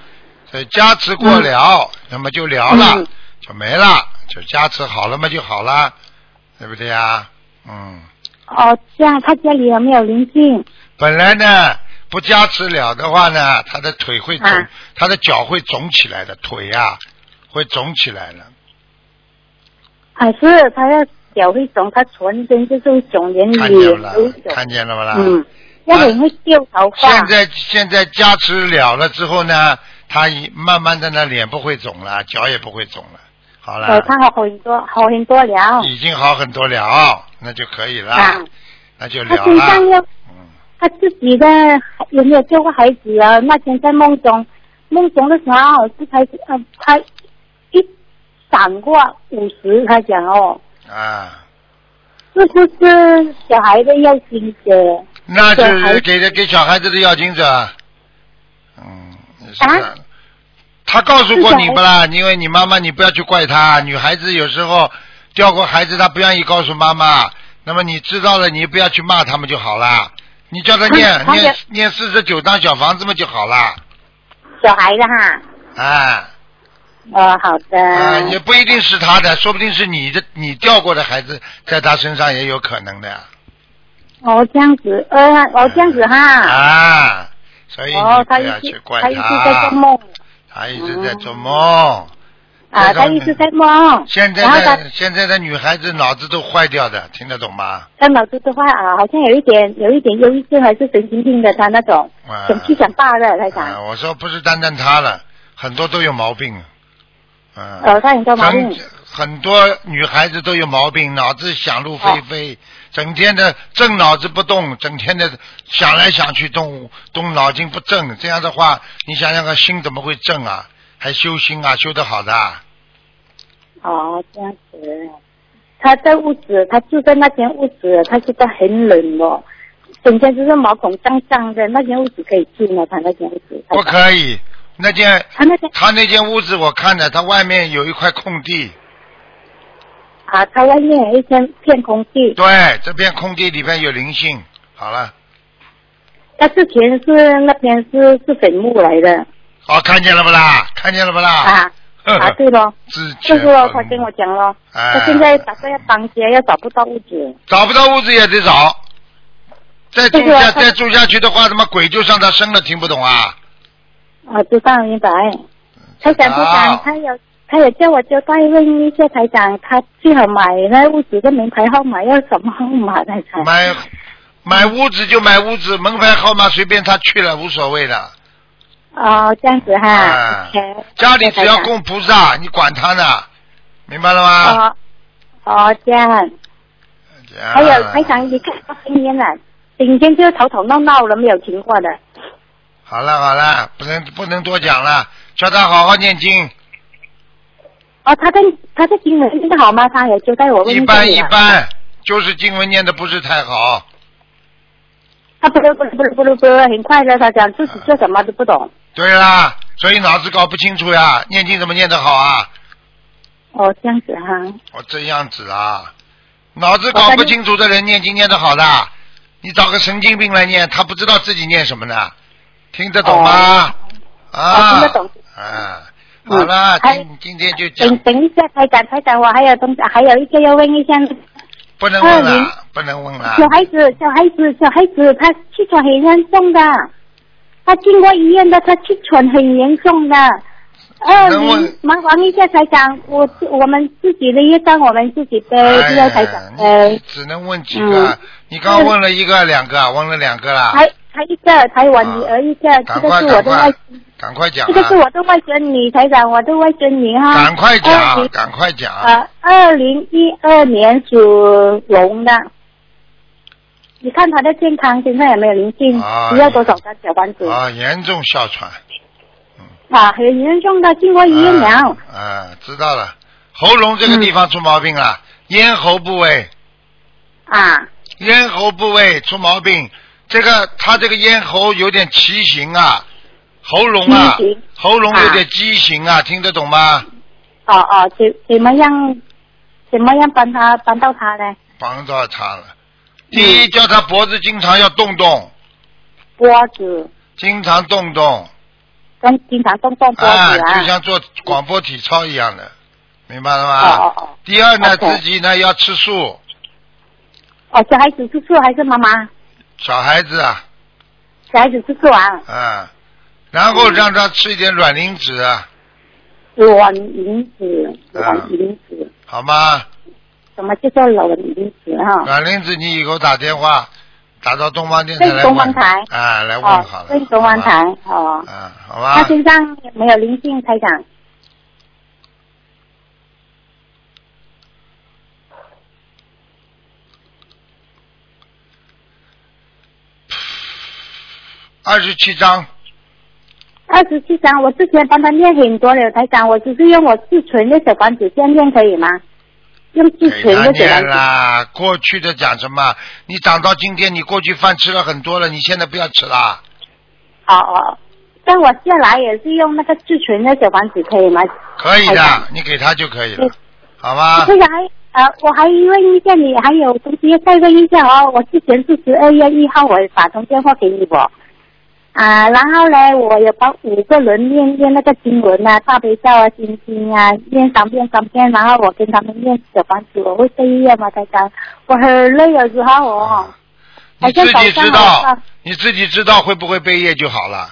Speaker 2: 所以加持过了，那么就聊了，
Speaker 4: 嗯
Speaker 2: 就没了，就加持好了嘛就好了，对不对呀？嗯，
Speaker 4: 哦，这样他家里有没有灵性？
Speaker 2: 本来呢不加持了的话呢，他的腿会肿，
Speaker 4: 啊
Speaker 2: 他的脚会肿起来的，腿呀、会肿起来了。
Speaker 4: 还是他的脚会肿，他全身就是会肿，人
Speaker 2: 看
Speaker 4: 脸
Speaker 2: 见了
Speaker 4: 都会肿，。
Speaker 2: 看见了不啦？
Speaker 4: 嗯，要不然会掉头发。
Speaker 2: 现在现在加持了了之后呢，他一慢慢的呢脸不会肿了，脚也不会肿了，好了
Speaker 4: 呃，，他好很多，好很多了。
Speaker 2: 已经好很多了，哦那就可以了，
Speaker 4: 啊，
Speaker 2: 那就
Speaker 4: 他
Speaker 2: 了
Speaker 4: 身上
Speaker 2: 了。
Speaker 4: 要
Speaker 2: 嗯，
Speaker 4: 他自己的有没有救过孩子啊？那天在梦中，梦中的时候是开始，呃，他一闪过五十，他讲哦，
Speaker 2: 啊，
Speaker 4: 这就是小孩的要心呃者。
Speaker 2: 那就
Speaker 4: 小孩
Speaker 2: 是
Speaker 4: 子
Speaker 2: 给的给小孩子的要经者，嗯，你是
Speaker 4: 啊
Speaker 2: 他告诉过
Speaker 4: 是小
Speaker 2: 你不啦？因为你妈妈，你不要去怪她。女孩子有时候掉过孩子，她不愿意告诉妈妈。那么你知道了，你不要去骂他们就好啦。你叫他念、
Speaker 4: 嗯好的
Speaker 2: 念念四十九张小房子嘛就好啦。
Speaker 4: 小孩的哈。
Speaker 2: 啊
Speaker 4: 哦，好的。
Speaker 2: 啊，也不一定是他的，说不定是你的，你掉过的孩子在他身上也有可能的呀。
Speaker 4: 哦，这样子，呃，哦，这样子哈。
Speaker 2: 啊，所以你
Speaker 4: 哦，他
Speaker 2: 不
Speaker 4: 一
Speaker 2: 要去
Speaker 4: 直
Speaker 2: 怪
Speaker 4: 他一直在做梦。
Speaker 2: 他一直在做梦。
Speaker 4: 啊，
Speaker 2: 那
Speaker 4: 她
Speaker 2: 种
Speaker 4: 一直在梦，
Speaker 2: 现在
Speaker 4: 然后她
Speaker 2: 的现在的女孩子脑子都坏掉的，听得懂吗？
Speaker 4: 她脑子的话啊，好像有一点有一点忧郁症还是神经病的，她那种
Speaker 2: 啊
Speaker 4: 想去想大的，她
Speaker 2: 啊，
Speaker 4: 想，
Speaker 2: 我说不是单单她了，很多都有毛病。嗯、
Speaker 4: 呃，她很多毛病
Speaker 2: 整，很多女孩子都有毛病，脑子想入非非，
Speaker 4: 哦
Speaker 2: 整天的正脑子不动，整天的想来想去动动脑筋不正，这样的话，你想想看心怎么会正啊？还修心啊？修得好的、啊？
Speaker 4: 哦，这样子。他在屋子，他住在那间屋子，他觉得很冷哦，整天就是毛孔胀胀的。那间屋子可以住吗？他那间屋子？
Speaker 2: 不可以。那间
Speaker 4: 他那间
Speaker 2: 他那间屋子我看了，他外面有一块空地，
Speaker 4: 啊，他外面有一间片空地。
Speaker 2: 对，这片空地里边有灵性。好了，
Speaker 4: 他之前是那边是是坟墓来的
Speaker 2: 好、看见了不啦？看见了不啦？
Speaker 4: 啊
Speaker 2: 嗯
Speaker 4: 啊，对咯，
Speaker 2: 自己
Speaker 4: 就是咯，他
Speaker 2: 坟
Speaker 4: 跟
Speaker 2: 墓
Speaker 4: 我讲咯，
Speaker 2: 哎
Speaker 4: 他现在打算要搬家，要找不到屋子。
Speaker 2: 找不到屋子也得找，再住
Speaker 4: 对
Speaker 2: 下
Speaker 4: 啊他
Speaker 2: 再住下去的话，他妈鬼就上他身了，听不懂啊？
Speaker 4: 啊，知道明白。台长，台长
Speaker 2: 好，
Speaker 4: 他有他有叫我交代问一下台长，他最好买那屋子的名牌号码要什么号码？台长
Speaker 2: 买买屋子就买屋子，门牌号码随便他去了，无所谓的。
Speaker 4: 哦，这样子哈。
Speaker 2: 啊
Speaker 4: OK，
Speaker 2: 家里只要
Speaker 4: 谢谢台长
Speaker 2: 供啊菩萨，你管他呢，明白了吗？
Speaker 4: 哦哦，这样。
Speaker 2: 这样
Speaker 4: 还有台长，你看我今天啊，今天就吵吵闹闹了，没有情况的。
Speaker 2: 好了好了，不能不能多讲了，叫他好好念经，
Speaker 4: 哦，他在他在金门真的好吗？他有交代我问
Speaker 2: 一
Speaker 4: 下
Speaker 2: 般
Speaker 4: 你
Speaker 2: 一
Speaker 4: 啊。
Speaker 2: 般，就是经文念的不是太好。
Speaker 4: 他不噜不噜不噜不噜不噜，很快的，他
Speaker 2: 啊
Speaker 4: 讲自己做什么都不懂。
Speaker 2: 对啦，所以脑子搞不清楚呀，念经怎么念得好啊？
Speaker 4: 哦，这样子哈。
Speaker 2: 我这样子啊，脑子搞不清楚的人念经念得好的，你找个神经病来念，他不知道自己念什么呢，听得懂吗？啊，
Speaker 4: 哦听得懂。
Speaker 2: 啊，好了，
Speaker 4: 嗯
Speaker 2: 今今天就
Speaker 4: 等
Speaker 2: 讲，
Speaker 4: 等一下，台长，台长，我还有东，还有一个要问一下，
Speaker 2: 不能问
Speaker 4: 二零
Speaker 2: 了，不能问了。
Speaker 4: 小孩子，小孩子，小孩子，他气喘很严重的，他进过医院的，他气喘很严重的。呃二
Speaker 2: 能问
Speaker 4: 零，麻烦一下台长，我我们自己的业障我们自己背，
Speaker 2: 哎
Speaker 4: 不要台
Speaker 2: 呀
Speaker 4: 长，
Speaker 2: 你
Speaker 4: 背
Speaker 2: 你。只能问几个
Speaker 4: 呃嗯？
Speaker 2: 你刚问了一个、两个，问了两个了，
Speaker 4: 还还一个，还有我女儿一个，
Speaker 2: 赶
Speaker 4: 这个
Speaker 2: 快
Speaker 4: 是我
Speaker 2: 啊赶
Speaker 4: 的外
Speaker 2: 快，赶快讲
Speaker 4: 这个是
Speaker 2: 啊！
Speaker 4: 我的外孙女，台长，我的外孙女哈。
Speaker 2: 赶快
Speaker 4: 二
Speaker 2: 讲，
Speaker 4: 零
Speaker 2: 赶快讲。
Speaker 4: 呃，二零一二年属龙的，你看他的健康现在有没有灵性？
Speaker 2: 啊
Speaker 4: 需要多少张小房子？
Speaker 2: 啊，严重哮喘。
Speaker 4: 啊，很严重的，经过医院了。
Speaker 2: 啊、啊知道了，喉咙这个地方出毛病了，
Speaker 4: 嗯
Speaker 2: 咽喉部位，
Speaker 4: 啊
Speaker 2: 咽喉部位出毛病，这个他这个咽喉有点畸形啊，喉咙啊
Speaker 4: 畸形，
Speaker 2: 喉咙有点畸形啊，听得懂吗？
Speaker 4: 哦哦，怎怎么样？怎么样帮他帮到他呢？
Speaker 2: 帮到他了。
Speaker 4: 嗯
Speaker 2: 第一，叫他脖子经常要动动，
Speaker 4: 脖子
Speaker 2: 经常动动，
Speaker 4: 跟经常动动脖
Speaker 2: 啊，
Speaker 4: 子
Speaker 2: 就
Speaker 4: 啊。
Speaker 2: 像啊做广播体操一样的，明白了
Speaker 4: 哦
Speaker 2: 吗？
Speaker 4: 哦哦
Speaker 2: 第二呢，
Speaker 4: OK
Speaker 2: 自己呢要吃素，
Speaker 4: 哦，小孩子吃素还是妈妈？
Speaker 2: 小孩子啊，
Speaker 4: 小孩子吃素啊？
Speaker 2: 啊，然后让他吃一点卵磷脂，
Speaker 4: 卵磷脂，
Speaker 2: 啊
Speaker 4: 卵磷脂，
Speaker 2: 好吗？
Speaker 4: 什么叫做卵磷脂哈？
Speaker 2: 卵磷脂，你以后打电话打到东方电台来
Speaker 4: 对东
Speaker 2: 问
Speaker 4: 方台，
Speaker 2: 啊，来问
Speaker 4: 哦
Speaker 2: 好了，，
Speaker 4: 对，中湾台
Speaker 2: 好
Speaker 4: 哦
Speaker 2: 吧，。啊，好
Speaker 4: 他
Speaker 2: 吧，
Speaker 4: 身上有没有灵性台长？
Speaker 2: 二十七章，
Speaker 4: 二十七张，我之前帮他念很多了，台长，我只是用我自存的小房子这样念可以吗？用自
Speaker 2: 给
Speaker 4: 存
Speaker 2: 他
Speaker 4: 的小
Speaker 2: 念
Speaker 4: 房子。
Speaker 2: 啦。过去的讲什么？你长到今天，你过去饭吃了很多了，你现在不要吃啦。
Speaker 4: 哦哦，但我下来也是用那个自存的小房子可以吗？
Speaker 2: 可以
Speaker 4: 好
Speaker 2: 的，你给他就可以了
Speaker 4: 嗯，
Speaker 2: 好吧？
Speaker 4: 这个还呃，我还问一下你，还有同学再问一下哦，我之前是十二月一号我打通电话给你我。啊，然后呢，我有把五个人念念那个经文啊，大悲咒啊、心经啊，念三遍三遍，然后我跟他们念小房子，我会这样吗？大家，我很累有时候哦，
Speaker 2: 你自己知
Speaker 4: 好像早上啊
Speaker 2: 道
Speaker 4: 好像，
Speaker 2: 你自己知道会不会背业就好了。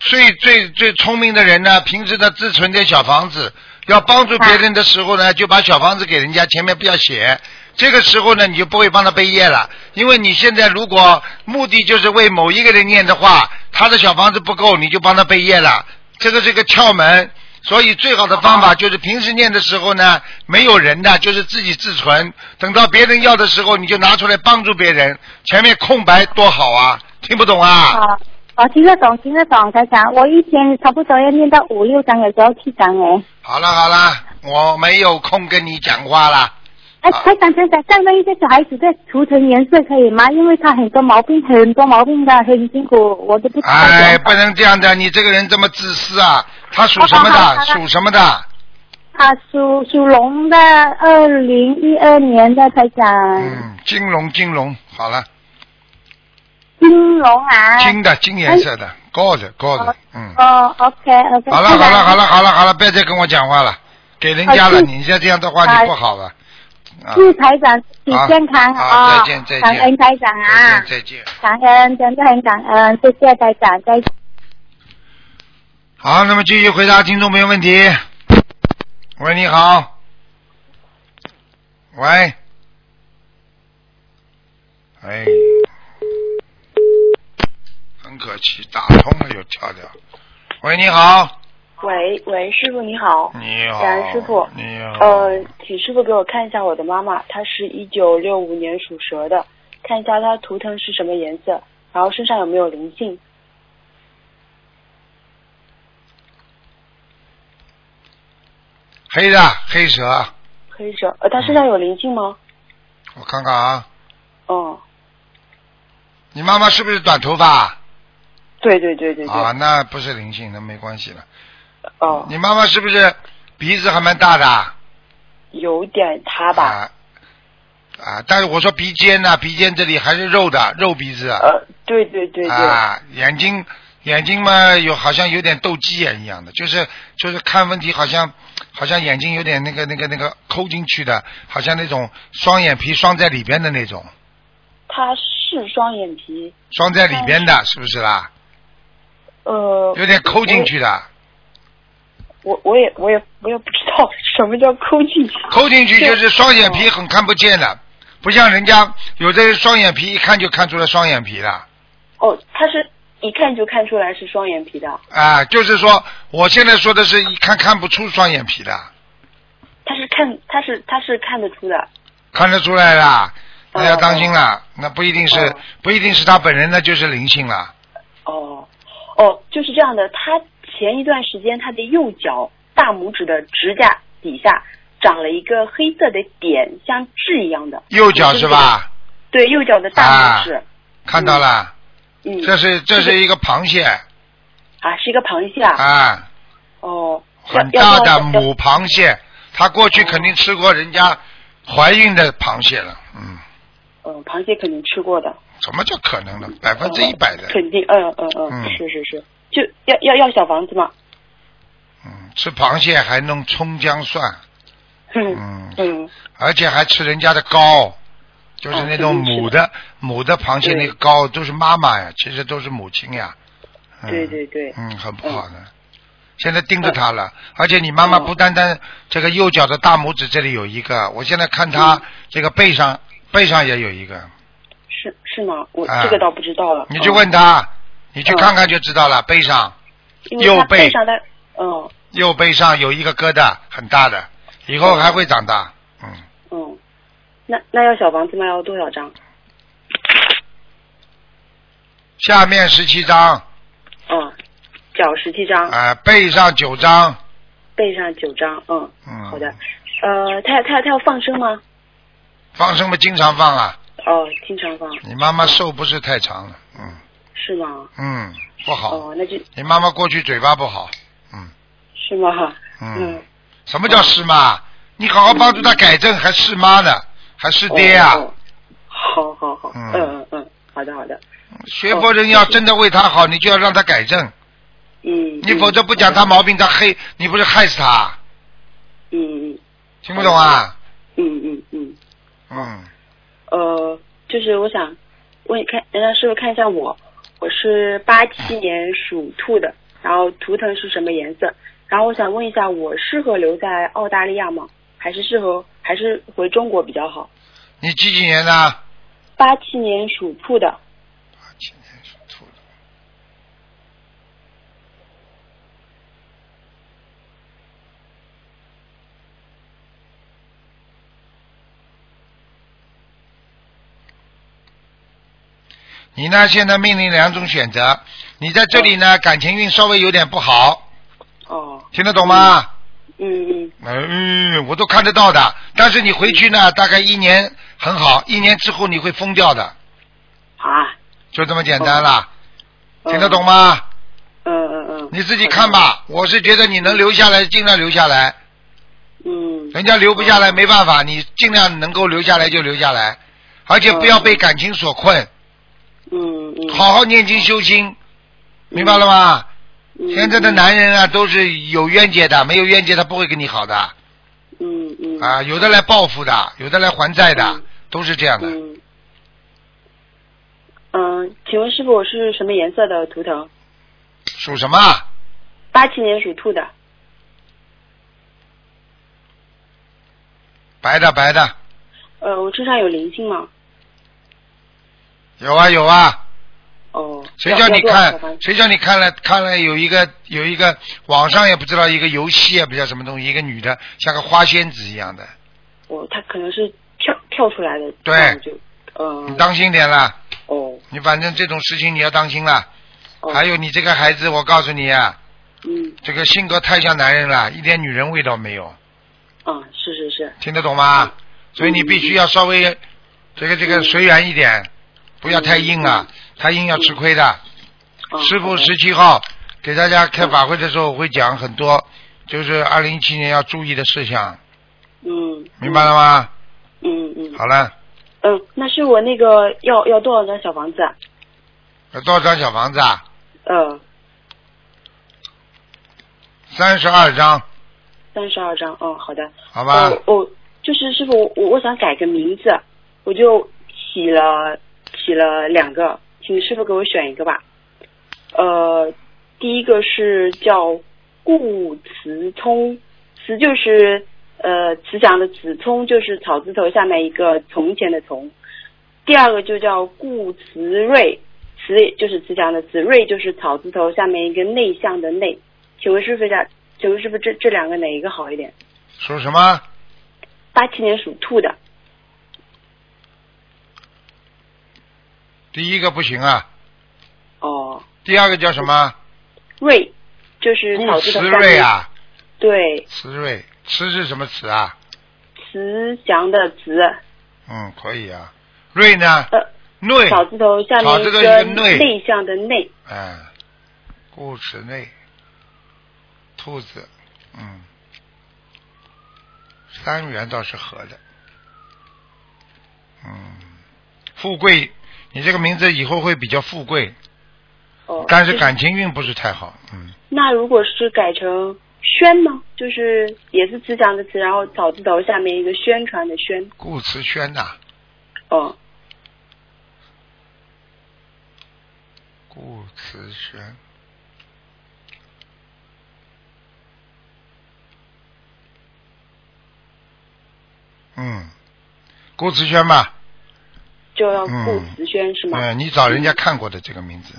Speaker 2: 最最最聪明的人呢，平时的自存点小房子，要帮助别人的时候呢，就把小房子给人家，前面不要写。这个时候呢，你就不会帮他背业了，因为你现在如果目的就是为某一个人念的话，他的小房子不够，你就帮他背业了，这个是个窍门。所以最好的方法就是平时念的时候呢，没有人的，就是自己自存。等到别人要的时候，你就拿出来帮助别人，前面空白多好啊！听不懂啊？
Speaker 4: 哦，我听得懂，听得懂，台长。我一天差不多要念到五六张，有时候七张哎。
Speaker 2: 好了好了，我没有空跟你讲话了。
Speaker 4: 哎，
Speaker 2: 啊
Speaker 4: 台长，台长，再问一下小孩子的涂层颜色可以吗？因为他很多毛病，很多毛病的，很辛苦，我都不知道怎么
Speaker 2: 哎，
Speaker 4: 办
Speaker 2: 不能这样的，你这个人这么自私啊！他属什么
Speaker 4: 好好好
Speaker 2: 的？
Speaker 4: 好
Speaker 2: 属什么的？
Speaker 4: 啊，属属龙的，二零一二年的台长，
Speaker 2: 嗯，金龙金龙，好了，
Speaker 4: 金龙啊。
Speaker 5: 哎
Speaker 2: 金的金颜色的，高的高的，嗯。
Speaker 4: 哦，OK OK。
Speaker 2: 好了
Speaker 5: 嗯
Speaker 2: 好了好了好了好了，不要再跟我讲话了，给人家了，
Speaker 4: 啊是
Speaker 2: 你再这样的话
Speaker 4: 啊
Speaker 2: 你不好了。啊，
Speaker 4: 祝台长体健康
Speaker 2: 好
Speaker 4: 啊！
Speaker 2: 好再见再见
Speaker 4: 感恩台长啊
Speaker 2: 再见，再见。
Speaker 4: 感恩真的很感恩，谢谢台长，再见。
Speaker 2: 好，那么继续回答听众朋友问题。喂，你好。喂。哎，很可惜，打通了又跳掉。喂，你好。
Speaker 5: 喂喂，师傅你好。
Speaker 2: 你好。
Speaker 5: 感恩哎师傅
Speaker 2: 嗯你好。
Speaker 5: 呃，请师傅给我看一下我的妈妈，她是一九六五年属蛇的，看一下她图腾是什么颜色，然后身上有没有灵性。
Speaker 2: 黑的黑蛇，
Speaker 5: 黑蛇，呃，她身上有灵性吗？
Speaker 2: 我看看啊，
Speaker 5: 嗯，
Speaker 2: 你妈妈是不是短头发？
Speaker 5: 对对对对对，
Speaker 2: 啊，那不是灵性，那没关系了。
Speaker 5: 哦，
Speaker 2: 你妈妈是不是鼻子还蛮大的啊？
Speaker 5: 有点塌吧，
Speaker 2: 啊啊，但是我说鼻尖呐、鼻尖这里还是肉的，肉鼻子。
Speaker 5: 呃，对对对对，
Speaker 2: 啊，眼睛眼睛嘛，有好像有点斗鸡眼一样的，就是就是看问题好像好像眼睛有点那个那个那个抠进去的，好像那种双眼皮双在里边的那种，
Speaker 5: 她是双眼皮，
Speaker 2: 双在里边
Speaker 5: 哦
Speaker 2: 的，是不是啦？
Speaker 5: 呃，
Speaker 2: 有点抠进去的，
Speaker 5: 我，我我也我也我也不知道 *laughs* 什么叫抠进去，
Speaker 2: 抠进去就是双眼
Speaker 5: 哦
Speaker 2: 皮很看不见的，不像人家有的人双眼皮一看就看出来双眼皮了。
Speaker 5: 哦，她是一看就看出来是双眼皮的，
Speaker 2: 啊，就是说，我现在说的是一看看不出双眼皮的，
Speaker 5: 她是看她是她是看得出的，
Speaker 2: 看得出来啦，那要
Speaker 5: 哦
Speaker 2: 当心啦，那不一定是、
Speaker 5: 哦
Speaker 2: 不一定是他本人，那就是灵性了。
Speaker 5: 哦，哦，就是这样的。他前一段时间他的右脚大拇指的指甲底下长了一个黑色的点，像痣一样的。
Speaker 2: 右脚是吧？
Speaker 5: 对，右脚的大拇指。
Speaker 2: 看到了，
Speaker 5: 嗯。
Speaker 2: 啊这是这是一个螃蟹
Speaker 5: 啊，是一个螃蟹啊。
Speaker 2: 啊，
Speaker 5: 哦。要
Speaker 2: 很大
Speaker 5: 要
Speaker 2: 的
Speaker 5: 多少
Speaker 2: 母螃蟹，他过去肯定吃过人家怀孕的螃蟹了，嗯，
Speaker 5: 嗯，螃蟹肯定吃过的。
Speaker 2: 怎么就可能呢？百分之一百的
Speaker 5: 嗯，哦肯定，嗯嗯嗯，
Speaker 2: 嗯
Speaker 5: 是是是，就要要要小房子嘛。
Speaker 2: 嗯，吃螃蟹还弄葱姜蒜，
Speaker 5: 嗯
Speaker 2: 嗯，
Speaker 5: 嗯
Speaker 2: 而且还吃人家的膏，就是那种
Speaker 5: 哦肯定是的嗯
Speaker 2: 母的、母的螃蟹那个膏，都是妈妈呀，其实都是母亲呀。嗯、
Speaker 5: 对对对嗯
Speaker 2: 嗯，很不好的。现在盯着他了，而且你妈妈不单单这个右脚的大拇指这里有一个，我现在看
Speaker 5: 嗯
Speaker 2: 她这个背上背上也有一个，
Speaker 5: 哦是是吗？我
Speaker 2: 啊
Speaker 5: 这个倒不知道了。
Speaker 2: 你就
Speaker 5: 嗯
Speaker 2: 问，她，你去
Speaker 5: 嗯
Speaker 2: 看看就知道了，背上
Speaker 5: 因为
Speaker 2: 右
Speaker 5: 他
Speaker 2: 背
Speaker 5: 背上的，嗯
Speaker 2: 右背上有一个疙瘩，很大的，以后还会长大。嗯，
Speaker 5: 嗯，那那要小房子吗？要多少张？
Speaker 2: 下面十七张，啊、
Speaker 5: 嗯，脚十七张，
Speaker 2: 背上九张，
Speaker 5: 背上九张，嗯，
Speaker 2: 嗯，
Speaker 5: 好的。呃，他他他要放生吗？
Speaker 2: 放生嘛，经常放啊。
Speaker 5: 哦，经常放，
Speaker 2: 你妈妈寿不是太长了，嗯
Speaker 5: 是吗？
Speaker 2: 嗯，不好。
Speaker 5: 哦，那就
Speaker 2: 你妈妈过去嘴巴不好，嗯
Speaker 5: 是吗？
Speaker 2: 嗯。
Speaker 5: 嗯，哦
Speaker 2: 什么叫是妈？你好好帮助她改正，还是妈呢？还是爹啊？
Speaker 5: 哦哦好好好，
Speaker 2: 嗯
Speaker 5: 嗯嗯嗯，好的好的，
Speaker 2: 学佛人要真的为她好，你就要让她改正，
Speaker 5: 嗯。
Speaker 2: 你
Speaker 5: 嗯
Speaker 2: 否则不讲她，毛病，她黑，你不是害死她？
Speaker 5: 嗯嗯
Speaker 2: 听不懂啊？
Speaker 5: 嗯嗯嗯，
Speaker 2: 嗯，
Speaker 5: 呃，就是我想问看，让师傅看一下我，我是八七年属兔的，然后图腾是什么颜色？然后我想问一下，我适合留在澳大利亚吗？还是适合还是回中国比较好？
Speaker 2: 你几几年的？
Speaker 5: 八七年属兔的，
Speaker 2: 八七年属兔的。你呢？现在面临两种选择，你在这里呢，感情运稍微有点不好，
Speaker 5: 哦，
Speaker 2: 听得懂吗？
Speaker 5: 嗯嗯，
Speaker 2: 嗯，我都看得到的。嗯但是你回去呢，大概一年很好，一年之后你会疯掉的，
Speaker 5: 啊，
Speaker 2: 就这么简单啦。
Speaker 5: 嗯
Speaker 2: 听得懂？吗？
Speaker 5: 嗯嗯嗯，
Speaker 2: 你自己看吧。我是觉得你能留下来，尽量留下来。
Speaker 5: 嗯，
Speaker 2: 人家留不下来没办法，你尽量能够留下来就留下来，而且不要被感情所困，
Speaker 5: 嗯嗯，
Speaker 2: 好好念经修心，明白了吗？
Speaker 5: 嗯，
Speaker 2: 现在的男人啊，都是有冤结的，没有冤结他不会跟你好的
Speaker 5: 嗯，嗯嗯
Speaker 2: 啊，有的来报复的，有的来还债的
Speaker 5: 嗯，
Speaker 2: 都是这样的。
Speaker 5: 嗯，嗯，请问师傅，我是什么颜色的图腾？
Speaker 2: 属什么啊？
Speaker 5: 八七年属兔的，
Speaker 2: 白的白的，
Speaker 5: 呃，我身上有灵性吗？
Speaker 2: 有啊有啊，
Speaker 5: 哦，
Speaker 2: 谁
Speaker 5: 要
Speaker 2: 叫你
Speaker 5: 要多少小
Speaker 2: 看
Speaker 5: 房？子
Speaker 2: 谁叫你看了看了有一个有一个网上也不知道一个游戏啊也不知道什么东西，一个女的像个花仙子一样的，
Speaker 5: 哦，他可能是跳跳出来的，
Speaker 2: 对
Speaker 5: 那我就，嗯、
Speaker 2: 你当心点啦！
Speaker 5: 哦，
Speaker 2: 你反正这种事情你要当心啦。
Speaker 5: 哦，
Speaker 2: 还有你这个孩子，我告诉你啊，
Speaker 5: 嗯，
Speaker 2: 这个性格太像男人了，一点女人味道没有，
Speaker 5: 啊、是是是，
Speaker 2: 听得懂
Speaker 5: 嗯
Speaker 2: 吗？所以你必须要稍微这个这个随缘一点，不要太硬啊，太硬要吃亏的。
Speaker 5: 嗯、
Speaker 2: 师
Speaker 5: 好
Speaker 2: 傅
Speaker 5: 的
Speaker 2: 十七号给大家开法会的时候，我会讲很多，就是二零一七年要注意的事项，
Speaker 5: 嗯，
Speaker 2: 明白了吗？
Speaker 5: 嗯嗯
Speaker 2: 好了，
Speaker 5: 嗯，那是我那个要要多少张小房子啊？
Speaker 2: 有多少张小房子啊？
Speaker 5: 呃，
Speaker 2: 三十二张，
Speaker 5: 三十二张，哦，好的，
Speaker 2: 好吧？
Speaker 5: 哦哦，就是师傅，我我想改个名字，我就起了起了两个，请师傅给我选一个吧。呃，第一个是叫顾慈聪，慈就是呃慈祥的慈，聪就是草字头下面一个从前的从。第二个就叫顾慈瑞，慈就是慈祥的慈，瑞就是草字头下面一个内向的内。请问师傅一下，请问师傅这这两个哪一个好一点？
Speaker 2: 属什么？
Speaker 5: 八七年属兔的，
Speaker 2: 第一个不行啊，
Speaker 5: 哦，
Speaker 2: 第二个叫什么？
Speaker 5: 瑞，就是
Speaker 2: 顾
Speaker 5: 草字
Speaker 2: 慈
Speaker 5: 头下
Speaker 2: 瑞
Speaker 5: 面，
Speaker 2: 啊，
Speaker 5: 对，
Speaker 2: 慈瑞，慈是什么慈啊？
Speaker 5: 慈祥的慈，
Speaker 2: 嗯，可以啊。瑞呢？
Speaker 5: 呃，
Speaker 2: 瑞，
Speaker 5: 草字头下
Speaker 2: 草
Speaker 5: 面
Speaker 2: 字头一个
Speaker 5: 个
Speaker 2: 内
Speaker 5: 内向的内，
Speaker 2: 嗯，顾慈内，兔子，嗯，三元倒是合的，嗯，富贵，你这个名字以后会比较富贵，
Speaker 5: 哦，
Speaker 2: 但是
Speaker 5: 就
Speaker 2: 感情运不是太好，嗯，
Speaker 5: 那如果是改成宣呢，就是也是慈祥的慈，然后草字头下面一个宣传的宣，
Speaker 2: 顾慈轩呐、
Speaker 5: 哦，
Speaker 2: 顾慈轩。嗯，顾慈轩吧，
Speaker 5: 就要
Speaker 2: 嗯
Speaker 5: 顾慈轩、是吗？
Speaker 2: 嗯，你找人家看过的这个名字，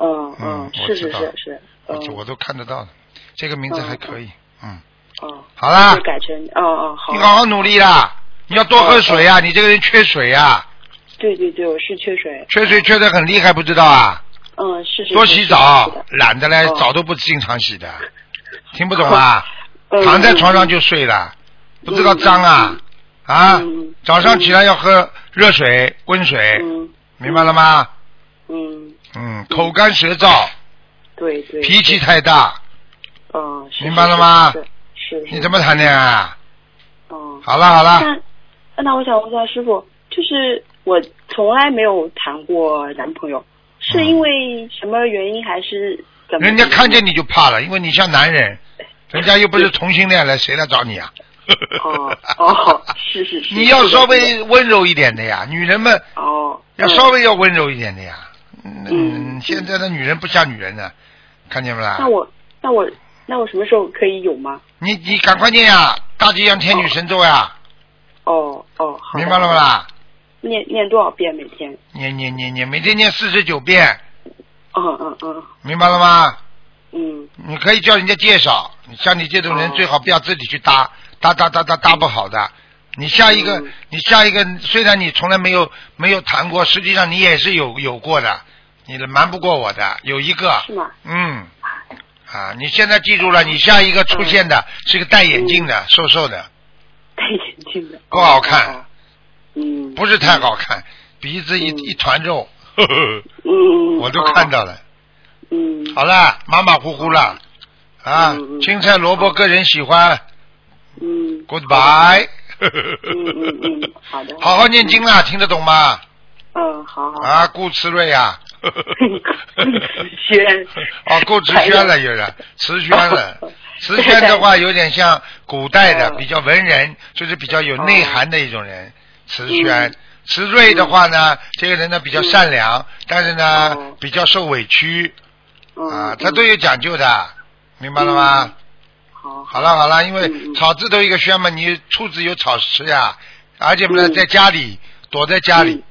Speaker 5: 嗯
Speaker 2: 嗯我
Speaker 5: 是
Speaker 2: 知
Speaker 5: 是
Speaker 2: 道
Speaker 5: 是是，
Speaker 2: 我
Speaker 5: 嗯
Speaker 2: 都我都看得到的，这个名字还可以。嗯，
Speaker 5: 哦，
Speaker 2: 好啦
Speaker 5: 就，改成哦哦好
Speaker 2: 啊你，好好努力啦，你要多喝
Speaker 5: 哦
Speaker 2: 水啊，你这个人缺水啊，
Speaker 5: 对对对，我是缺水，
Speaker 2: 缺水缺的很厉害，不知道啊？
Speaker 5: 嗯是是
Speaker 2: 多
Speaker 5: 是
Speaker 2: 洗
Speaker 5: 是
Speaker 2: 澡
Speaker 5: 是的，
Speaker 2: 懒得嘞
Speaker 5: 哦，
Speaker 2: 澡都不经常洗的，听不懂啊？
Speaker 5: 嗯
Speaker 2: 躺在床上就睡了，不知道脏啊啊
Speaker 5: 嗯！
Speaker 2: 早上起来要喝热水、温水，
Speaker 5: 嗯
Speaker 2: 明白了吗？
Speaker 5: 嗯，
Speaker 2: 嗯，口干舌燥，
Speaker 5: 对对，
Speaker 2: 脾气太大，
Speaker 5: 嗯，是
Speaker 2: 明白了吗
Speaker 5: 是是，是
Speaker 2: 你怎么谈恋爱啊？
Speaker 5: 嗯，
Speaker 2: 好啊了好了。
Speaker 5: 那那我想问一下师傅，就是我从来没有谈过男朋友，是因为什么原因还是怎
Speaker 2: 嗯
Speaker 5: 么？
Speaker 2: 人家看见你就怕了，因为你像男人，
Speaker 5: 嗯
Speaker 2: 人家又不是同性恋了，谁来找你啊？
Speaker 5: 哦哦， *laughs* 是是是，
Speaker 2: 你要
Speaker 5: 是的
Speaker 2: 稍
Speaker 5: 是的
Speaker 2: 微温柔一点的呀，女人们
Speaker 5: 哦，
Speaker 2: 要
Speaker 5: 嗯
Speaker 2: 稍微要温柔一点的呀。嗯，
Speaker 5: 嗯
Speaker 2: 现在的女人不像女人了，啊看见没啦？
Speaker 5: 那我那我那我什么时候可以有吗？
Speaker 2: 你你赶快念呀，大吉祥天女神咒呀，
Speaker 5: 哦哦，好的。
Speaker 2: 明白了不啦？
Speaker 5: 念念多少遍每天？
Speaker 2: 念念念念，每天念四十九遍，
Speaker 5: 嗯嗯嗯
Speaker 2: 明白了吗？
Speaker 5: 嗯
Speaker 2: 你可以叫人家介绍，你像你这种人
Speaker 5: 哦
Speaker 2: 最好不要自己去搭，搭搭搭搭搭不好的。你下一个
Speaker 5: 嗯，
Speaker 2: 你下一个，虽然你从来没有没有谈过，实际上你也是有有过的，你瞒不过我的。有一个，
Speaker 5: 是吗？ *laughs*
Speaker 2: 嗯，啊，你现在记住了，你下一个出现
Speaker 5: 嗯
Speaker 2: 的是个戴眼镜的，瘦瘦的，
Speaker 5: 戴眼镜的。
Speaker 2: 不好看
Speaker 5: 哦。哦哦嗯。
Speaker 2: 不是太好看， *laughs* 鼻子一
Speaker 5: 嗯
Speaker 2: 一团肉，呵呵，
Speaker 5: 嗯。嗯。
Speaker 2: 我都看
Speaker 5: 哦。
Speaker 2: 到了。
Speaker 5: 嗯。
Speaker 2: 好了，马马虎虎了，啊
Speaker 5: 嗯嗯，
Speaker 2: 青菜萝卜个人喜欢
Speaker 5: 嗯。
Speaker 2: ，Goodbye。
Speaker 5: 嗯嗯嗯，好的。
Speaker 2: *laughs* 好好念经啦，听得懂吗？
Speaker 5: 嗯，好好。 *laughs*
Speaker 2: 啊，顾慈瑞呀、 *laughs*
Speaker 5: 轩。
Speaker 2: 哦，顾慈轩了，有人慈轩
Speaker 5: *laughs*
Speaker 2: 了。慈轩的话有点像古代的，
Speaker 5: 嗯
Speaker 2: 比较文人，就是比较有内涵的一种人。慈轩
Speaker 5: 哦嗯，
Speaker 2: 慈瑞的话呢，这个人呢比较善良，但是呢
Speaker 5: 哦
Speaker 2: 比较受委屈
Speaker 5: 嗯。
Speaker 2: 啊，
Speaker 5: 嗯
Speaker 2: 他都。有讲究的，明白了吗？
Speaker 5: 好。
Speaker 2: 好了好了，因为
Speaker 5: 嗯嗯
Speaker 2: 草字头一个轩嘛，你兔子有草吃呀，而且呢，
Speaker 5: 嗯
Speaker 2: 在家里躲在家里
Speaker 5: 嗯，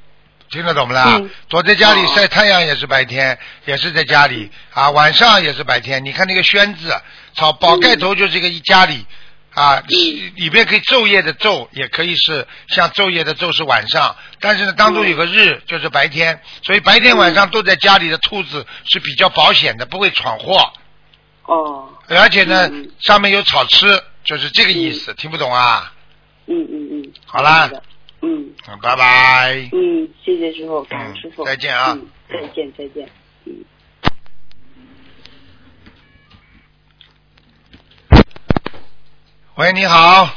Speaker 2: 听得懂不啦
Speaker 5: 嗯？
Speaker 2: 躲在家里
Speaker 5: 哦
Speaker 2: 晒太阳也是白天，也是在家里啊，晚上也是白天。你看那个轩字，草宝盖头就是一个一家里啊，
Speaker 5: 嗯
Speaker 2: 里里边可以昼夜的昼，也可以是像昼夜的昼是晚上，但是呢，当中有个
Speaker 5: 嗯
Speaker 2: 日就是白天，所以白天晚上都在家里的兔子是比较保险的，不会闯祸。
Speaker 5: 哦。
Speaker 2: 而且呢，
Speaker 5: 嗯
Speaker 2: 上面有草吃，就是这个意思，听不懂啊？
Speaker 5: 嗯嗯嗯。
Speaker 2: 好啦
Speaker 5: 的。嗯
Speaker 2: 嗯拜拜。
Speaker 5: 嗯，谢谢师傅，感恩师傅。
Speaker 2: 嗯再见啊
Speaker 5: 嗯，再见再见。
Speaker 2: 喂，你好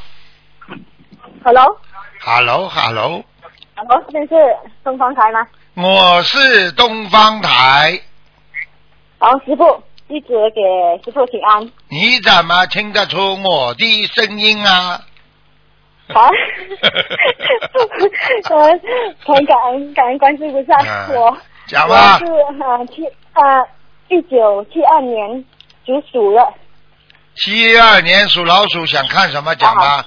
Speaker 6: Hello，
Speaker 2: ，Hello，Hello，
Speaker 6: Hello，这里是东方台吗？
Speaker 2: 我是东方台，
Speaker 6: 好，师傅，弟子给师傅请安。
Speaker 2: 你怎么听得出我的声音啊？
Speaker 4: 啊
Speaker 2: *laughs*
Speaker 6: 好， *laughs* 呃，很感恩感恩关心菩萨，
Speaker 2: 嗯
Speaker 6: 我
Speaker 2: 讲
Speaker 6: 我
Speaker 2: 吧
Speaker 6: 是，呃七呃一九七二年属鼠的，
Speaker 2: 七二年属老鼠，想看什么讲吧？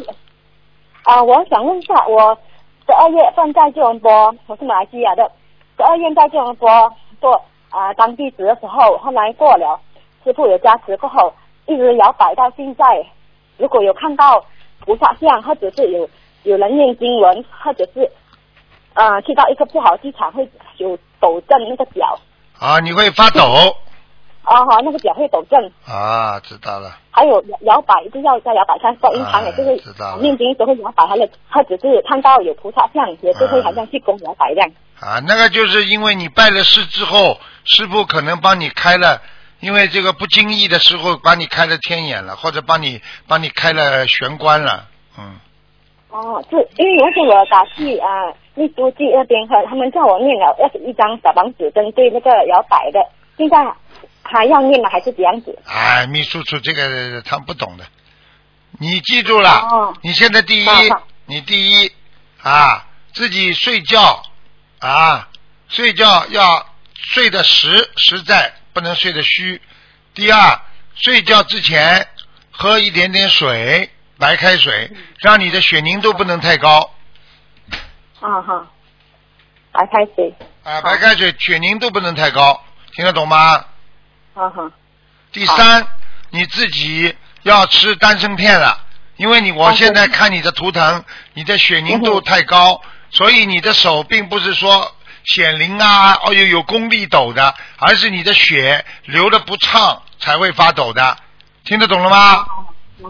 Speaker 6: 啊、我想问一下，我十二月份在吉隆坡，我是马来西亚的，十二月在吉隆坡做啊、当地址的时候，后来过了，师傅有加持过后，一直摇摆到现在。如果有看到菩萨像，或者是有有人念经文，或者是呃去到一个不好的地方会有抖震那个脚，
Speaker 2: 啊，你会发抖
Speaker 6: 啊哈，那个脚会抖震，
Speaker 2: 啊？知道了，
Speaker 6: 还有摇摇摆就要在摇摆上观音堂也就会
Speaker 2: 哎知道了
Speaker 6: 念经都会摇摆，还有或者是看到有菩萨像也就会好像去供摇摆一样。
Speaker 2: 啊，那个就是因为你拜了师之后，师傅可能帮你开了，因为这个不经意的时候把你开了天眼了，或者帮你帮你开了玄关了，嗯，
Speaker 6: 哦，是因为那天我打去啊，秘书记那边和他们叫我念了二十一张小房子，针对那个摇摆的，现在还要念吗？还是怎样子？
Speaker 2: 哎，秘书处这个他们不懂的，你记住了，
Speaker 6: 哦
Speaker 2: 你现在第一
Speaker 6: 好好，
Speaker 2: 你第一啊，自己睡觉啊，睡觉要睡得实实在，不能睡得虚。第二，睡觉之前喝一点点水，白开水，
Speaker 6: 嗯
Speaker 2: 让你的血凝度不能太高。
Speaker 6: 啊哈，白开水，
Speaker 2: 啊，白开水血凝度不能太高，听得懂吗？
Speaker 6: 啊哈，
Speaker 2: 第三，你自己要吃丹参片了，因为你我
Speaker 6: 丹参
Speaker 2: 现在看你的图腾，你的血凝
Speaker 6: 嗯
Speaker 2: 度太高，所以你的手并不是说显灵啊，哦有有功力抖的，而是你的血流的不畅才会发抖的，听得懂了吗？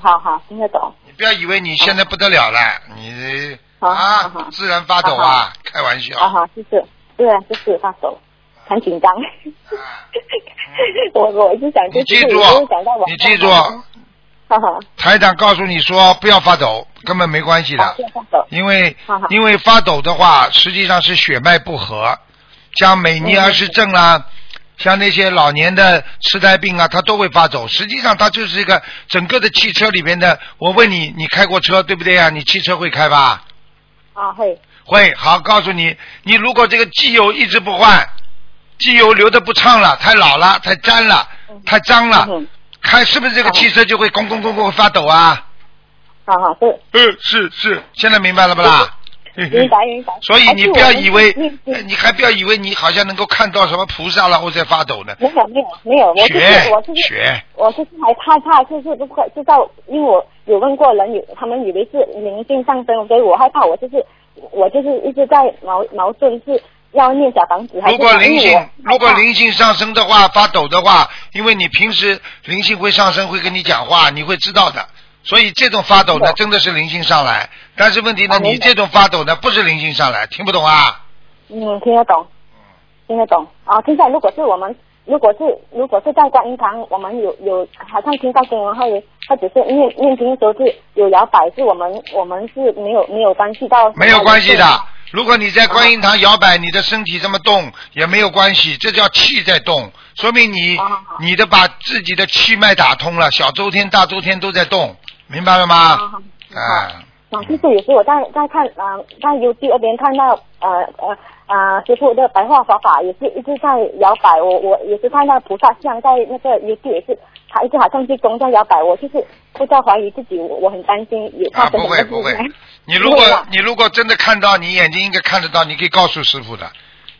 Speaker 6: 好好听得懂。
Speaker 2: 你不要以为你现在不得了了，你
Speaker 6: 好好
Speaker 2: 啊
Speaker 6: 好
Speaker 2: 自然发抖
Speaker 6: 好
Speaker 2: 啊，开玩笑
Speaker 6: 啊哈，就是，对啊，就是放手，很紧张。
Speaker 2: 啊！
Speaker 6: *laughs* 我我就想，
Speaker 2: 你
Speaker 6: 就是
Speaker 2: 记住
Speaker 6: 我就想到，我
Speaker 2: 你记住，
Speaker 6: 哈哈，
Speaker 2: 台长告诉你说不要发抖，根本没关系的。
Speaker 6: 好，就放手。
Speaker 2: 因为
Speaker 6: 好好
Speaker 2: 因为发抖的话，实际上是血脉不和，像美尼尔氏症啦、
Speaker 6: 嗯
Speaker 2: 像那些老年的痴呆病啊，它都会发抖。实际上，它就是一个整个的汽车里边的。我问你，你开过车对不对啊？你汽车会开吧？
Speaker 6: 啊，会，
Speaker 2: 会。好，告诉你，你如果这个机油一直不换，机油流的不畅了，太老了，太粘了，太脏了，
Speaker 6: 嗯，
Speaker 2: 开是不是这个汽车就会拱拱拱拱发抖啊？
Speaker 6: 好好对，
Speaker 2: 嗯，是是，现在明白了不啦？
Speaker 6: 明白明白。
Speaker 2: *laughs* 所以
Speaker 6: 还
Speaker 2: 你
Speaker 6: 是
Speaker 2: 不要
Speaker 6: 我们
Speaker 2: 以为
Speaker 6: 嗯，
Speaker 2: 呃你还不要以为你好像能够看到什么菩萨了后再发抖呢，
Speaker 6: 没有没有没有，我就是
Speaker 2: 学
Speaker 6: 我就是
Speaker 2: 学，
Speaker 6: 我就是还害怕，就是不快知道，因为我有问过人，有他们以为是灵性上升，所以我害怕，我就是我就是一直在矛矛盾，是要念小房子还
Speaker 2: 如
Speaker 6: 是
Speaker 2: 果
Speaker 6: 要
Speaker 2: 灵
Speaker 6: 因为我
Speaker 2: 性
Speaker 6: 害怕
Speaker 2: 如果灵性上升的话，发抖的话，因为你平时灵性会上升，会跟你讲话，你会知道的。所以这种发抖呢，
Speaker 6: 是
Speaker 2: 真的是灵性上来。但是问题呢，
Speaker 6: 啊明白
Speaker 2: 你这种发抖呢，不是灵性上来，听不懂啊？
Speaker 6: 嗯听得懂，听得懂啊！听下如果是我们如果是如果是在观音堂，我们有有好像听到经文后，或者是念念经的时候是有摇摆，是我们我们是没有没有关系到
Speaker 2: 没有关系的
Speaker 6: 啊。
Speaker 2: 如果你在观音堂摇摆，你的身体这么动也没有关系，这叫气在动，说明你
Speaker 6: 啊
Speaker 2: 你的把自己的气脉打通了，小周天、大周天都在动，明白了吗？
Speaker 6: 啊
Speaker 2: 啊。
Speaker 6: 啊，就是有时候我在在看啊、呃在 YouTube 那边看到呃呃啊师傅的白话佛法也是一直在摇摆，我我也是看到菩萨像在那个 YouTube 也是，他一直好像是中在摇摆，我就是不知道怀疑自己，我我很担心也
Speaker 2: 啊，
Speaker 6: 发生
Speaker 2: 不
Speaker 6: 什么
Speaker 2: 会
Speaker 6: 事
Speaker 2: 不
Speaker 6: 情。
Speaker 2: 会，你如
Speaker 6: 不会
Speaker 2: 果
Speaker 6: 吧
Speaker 2: 你如果真的看到，你眼睛应该看得到，你可以告诉师傅的。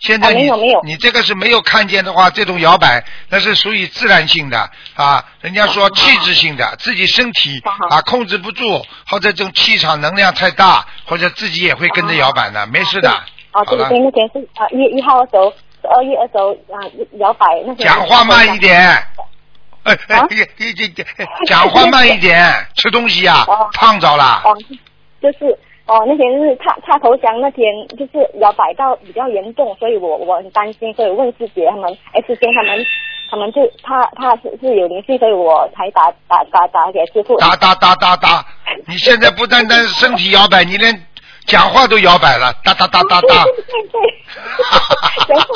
Speaker 2: 现在
Speaker 6: 啊没
Speaker 2: 你、
Speaker 6: 有没有
Speaker 2: 你这个是没有看见的话，这种摇摆那是属于自然性的啊，人家说气质性的，自己身体
Speaker 6: 好好
Speaker 2: 啊控制不住，或者这种气场能量太大，或者自己也会跟着摇摆的，没事的。
Speaker 6: 啊，
Speaker 2: 好
Speaker 6: 对
Speaker 2: 了，
Speaker 6: 对，那天是啊一一号的时候，十二月的时候啊摇摆那些。
Speaker 2: 讲话慢一。点。哎哎
Speaker 6: 啊，
Speaker 2: 这这这，讲话慢一
Speaker 6: *laughs*
Speaker 2: 点，吃东西啊
Speaker 6: 哦，
Speaker 2: 烫着了。
Speaker 6: 哦，就是哦，那天是插插头香那天就是摇摆到比较严重，所以我我很担心，所以问师姐他们、哎师兄他们，他们就他他是是有灵性，所以我才打打打打给师傅。
Speaker 2: *laughs* 哒哒哒哒
Speaker 6: *laughs*
Speaker 2: 哒！你现在不单单身体摇摆，你连讲话都摇摆了，哒哒哒哒
Speaker 6: *laughs*
Speaker 2: 哒。
Speaker 6: 对对对，然后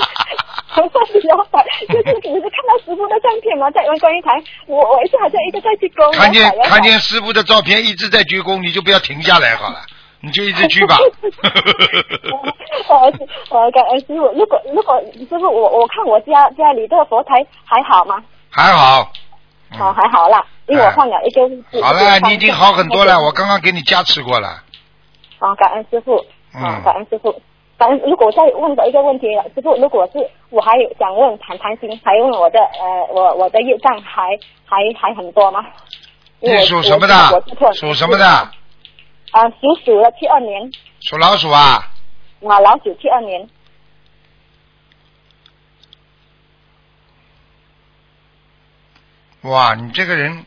Speaker 6: 然后是摇摆，就是你是看到师傅的相片嘛，在观音台，我我一直好像一个在去勾，
Speaker 2: 看见
Speaker 6: 摇摆摇摆
Speaker 2: 看见师傅的照片一直在鞠躬，你就不要停下来好了，你就一直鞠
Speaker 6: *laughs*
Speaker 2: 吧。 *laughs*
Speaker 6: 我儿子，我呃感恩师傅。如果如果师傅，我我看我家家里这个佛台还好吗？
Speaker 2: 还好。嗯哎
Speaker 6: 哦，还好啦，因为我换了一个位置。
Speaker 2: 好了，你已经好很多了，我
Speaker 6: 刚。
Speaker 2: 刚刚给你加持过了。
Speaker 6: 哦，感恩师傅。
Speaker 2: 嗯
Speaker 6: 哦感恩师傅。感恩。如果再问的一个问题，师傅，如果是我还有想问谈谈心，还问我的呃，我我的业障还还还很多吗？因为
Speaker 2: 你
Speaker 6: 我
Speaker 2: 属什么
Speaker 6: 我
Speaker 2: 的
Speaker 6: 记错了？
Speaker 2: 属什么的？
Speaker 6: 啊，属鼠的，七二年
Speaker 2: 属老鼠啊？
Speaker 6: 啊，老鼠七二年。
Speaker 2: 哇，你这个人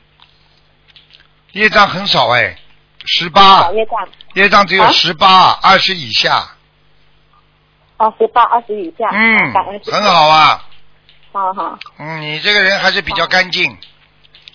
Speaker 2: 业障很少哎，十八
Speaker 6: 小业障
Speaker 2: 业障只有
Speaker 6: 啊
Speaker 2: 十八二十以下。
Speaker 6: 哦，十八二十以下。
Speaker 2: 嗯
Speaker 6: 感恩，师傅
Speaker 2: 很。好啊，
Speaker 6: 好好。
Speaker 2: 嗯，你这个人还是比较干净，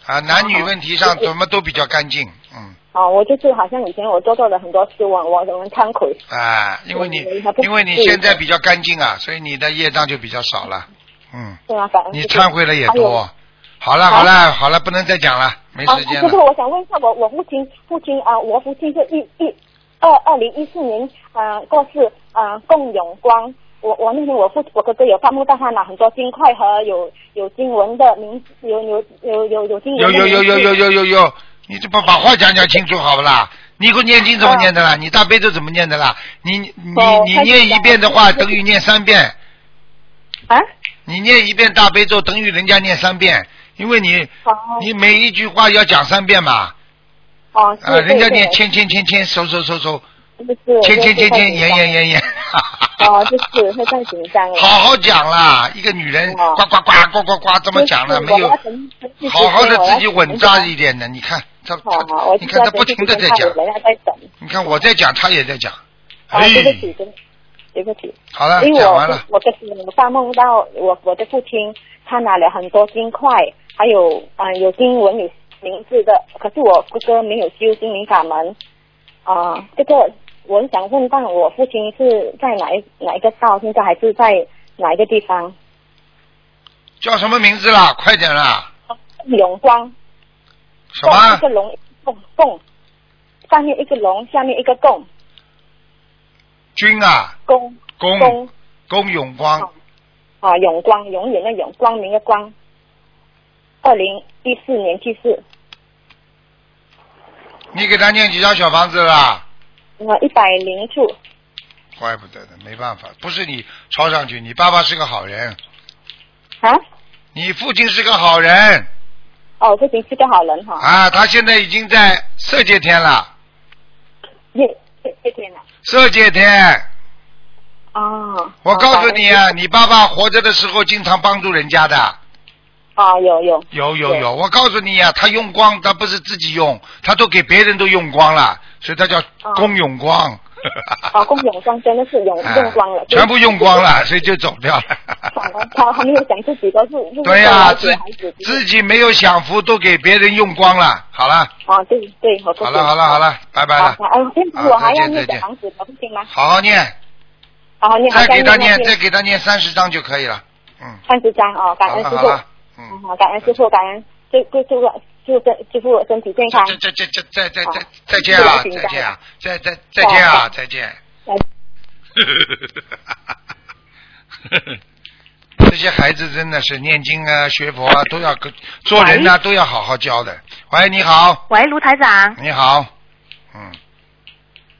Speaker 2: 啊，男女问题
Speaker 6: 嗯
Speaker 2: 上怎么都比较干净，嗯，
Speaker 6: 哦，我就是好像以前我做过的很多事，我我我们忏悔。
Speaker 2: 啊，因为你
Speaker 6: 我以为嗯他不
Speaker 2: 因为你现在比较干净啊，所以你的业障就比较少了，嗯，
Speaker 6: 对啊，感恩
Speaker 2: 你
Speaker 6: 师父
Speaker 2: 忏悔了也
Speaker 6: 还有
Speaker 2: 多，好了
Speaker 6: 好
Speaker 2: 好了好了，不能再讲了，没
Speaker 6: 啊，
Speaker 2: 时间
Speaker 6: 师傅，
Speaker 2: 了，
Speaker 6: 我想问一下，我我父亲父亲啊、我父亲是一一二二零一四年啊、呃过世啊、呃龚永光。我我那天我父我哥哥有发梦到他拿很多金块和有有经文的名字有有有有有经
Speaker 2: 有
Speaker 6: 文的
Speaker 2: 有有有有
Speaker 6: 名字
Speaker 2: 有有有，你这不把话讲讲清楚好不啦？你以后念经怎么念的啦？你大悲咒怎么念的啦？你你你
Speaker 6: 我
Speaker 2: 你
Speaker 6: 啊哦开始
Speaker 2: 念一
Speaker 6: 讲
Speaker 2: 遍的话，等于念三遍。
Speaker 6: 啊
Speaker 2: 你念一遍大悲咒等于人家念三遍，因为你
Speaker 6: 哦
Speaker 2: 你每一句话要讲三遍嘛，
Speaker 6: 哦是
Speaker 2: 啊，人家
Speaker 6: 对
Speaker 2: 念
Speaker 6: 对
Speaker 2: 千千千千收收收收，
Speaker 6: 就是
Speaker 2: 千千
Speaker 6: 就
Speaker 2: 千
Speaker 6: 是太
Speaker 2: 千
Speaker 6: 紧
Speaker 2: 言
Speaker 6: 张
Speaker 2: 言言言，
Speaker 6: 哦就是会太紧张啊了
Speaker 2: *laughs* 好好讲啦，一个女人
Speaker 6: 哦
Speaker 2: 呱呱呱呱呱呱这么讲了
Speaker 6: 就是
Speaker 2: 没有
Speaker 6: 我要？等自己
Speaker 2: 好好的
Speaker 6: 我要
Speaker 2: 自己稳
Speaker 6: 等
Speaker 2: 扎一点的，你看他
Speaker 6: 好好，我，
Speaker 2: 你看他不停的在讲，
Speaker 6: 我要再等。
Speaker 2: 你看我在讲，他也在讲，
Speaker 6: 啊，
Speaker 2: 哎，
Speaker 6: 对不起，对不起对不起。
Speaker 2: 好了，
Speaker 6: 因为
Speaker 2: 讲
Speaker 6: 我
Speaker 2: 完了，
Speaker 6: 我跟我发梦到我我的父亲，他拿了很多金块，还有啊、呃有经文有名字的，可是我哥哥没有修心灵法门啊、这个我很想问到我父亲是在哪一哪一个道，现在还是在哪一个地方？
Speaker 2: 叫什么名字啦？快点啦！
Speaker 6: 永光，
Speaker 2: 什
Speaker 6: 供
Speaker 2: 么
Speaker 6: 一个龙供供，上面一个龙，下面一个供
Speaker 2: 君啊？
Speaker 6: 供
Speaker 2: 龚
Speaker 6: 供
Speaker 2: 龚永光
Speaker 6: 哦。啊、永光，永远的永，光明的光。二零一四年去世，
Speaker 2: 你给他念几张小房子了？
Speaker 6: 呃，一百零处，
Speaker 2: 怪不得的，没办法，不是你抄上去，你爸爸是个好人，
Speaker 6: 啊，
Speaker 2: 你父亲是个好人
Speaker 6: 哦，这行是个好人哈，
Speaker 2: 啊，他现在已经在色界天了，
Speaker 6: 谢谢谢天了，
Speaker 2: 色界天。
Speaker 6: 啊，
Speaker 2: 我告诉你啊，你爸爸活着的时候经常帮助人家的，
Speaker 6: 啊，有有，
Speaker 2: 有有
Speaker 6: 对
Speaker 2: 有。我告诉你啊，他用光，他不是自己用，他都给别人都用光了，所以他叫
Speaker 6: 哦
Speaker 2: 公用光。 *laughs*
Speaker 6: 啊，公永光真的是用
Speaker 2: 哎
Speaker 6: 用光了，
Speaker 2: 全部用光了，所以就走掉
Speaker 6: *laughs*
Speaker 2: 了。
Speaker 6: 他还没有想自己都是用
Speaker 2: 对呀、
Speaker 6: 来
Speaker 2: 自
Speaker 6: 给孩子的
Speaker 2: 自己没有享福，都给别人用光了。好了，
Speaker 6: 啊，对对，我不
Speaker 2: 好了，好了，好了，拜拜了
Speaker 6: 好，。哎，先
Speaker 2: 啊
Speaker 6: 我还
Speaker 2: 再
Speaker 6: 要
Speaker 2: 见
Speaker 6: 念
Speaker 2: 再
Speaker 6: 小
Speaker 2: 见
Speaker 6: 房子的，不行吗？
Speaker 2: 好好念，
Speaker 6: 哦，你还
Speaker 2: 再
Speaker 6: 在
Speaker 2: 给他
Speaker 6: 念
Speaker 2: 念，再给他念三十章就可以了。嗯，
Speaker 6: 三十张哦，感
Speaker 2: 好
Speaker 6: 恩
Speaker 2: 了，
Speaker 6: 师
Speaker 2: 好
Speaker 6: 傅，
Speaker 2: 了，嗯
Speaker 6: 嗯，。好，感恩师傅，感恩祝祝祝祝身祝祝身体健康，
Speaker 2: 这这这这这这这
Speaker 6: 好
Speaker 2: 再见啊，
Speaker 6: 谢谢
Speaker 2: 再见啊，再再再见啊，再见。
Speaker 6: 再
Speaker 2: *laughs* 这些孩子真的是念经啊、学佛啊，都要跟做人呐、都要好好教的。喂，你好，
Speaker 7: 喂，卢台长，
Speaker 2: 你好，嗯，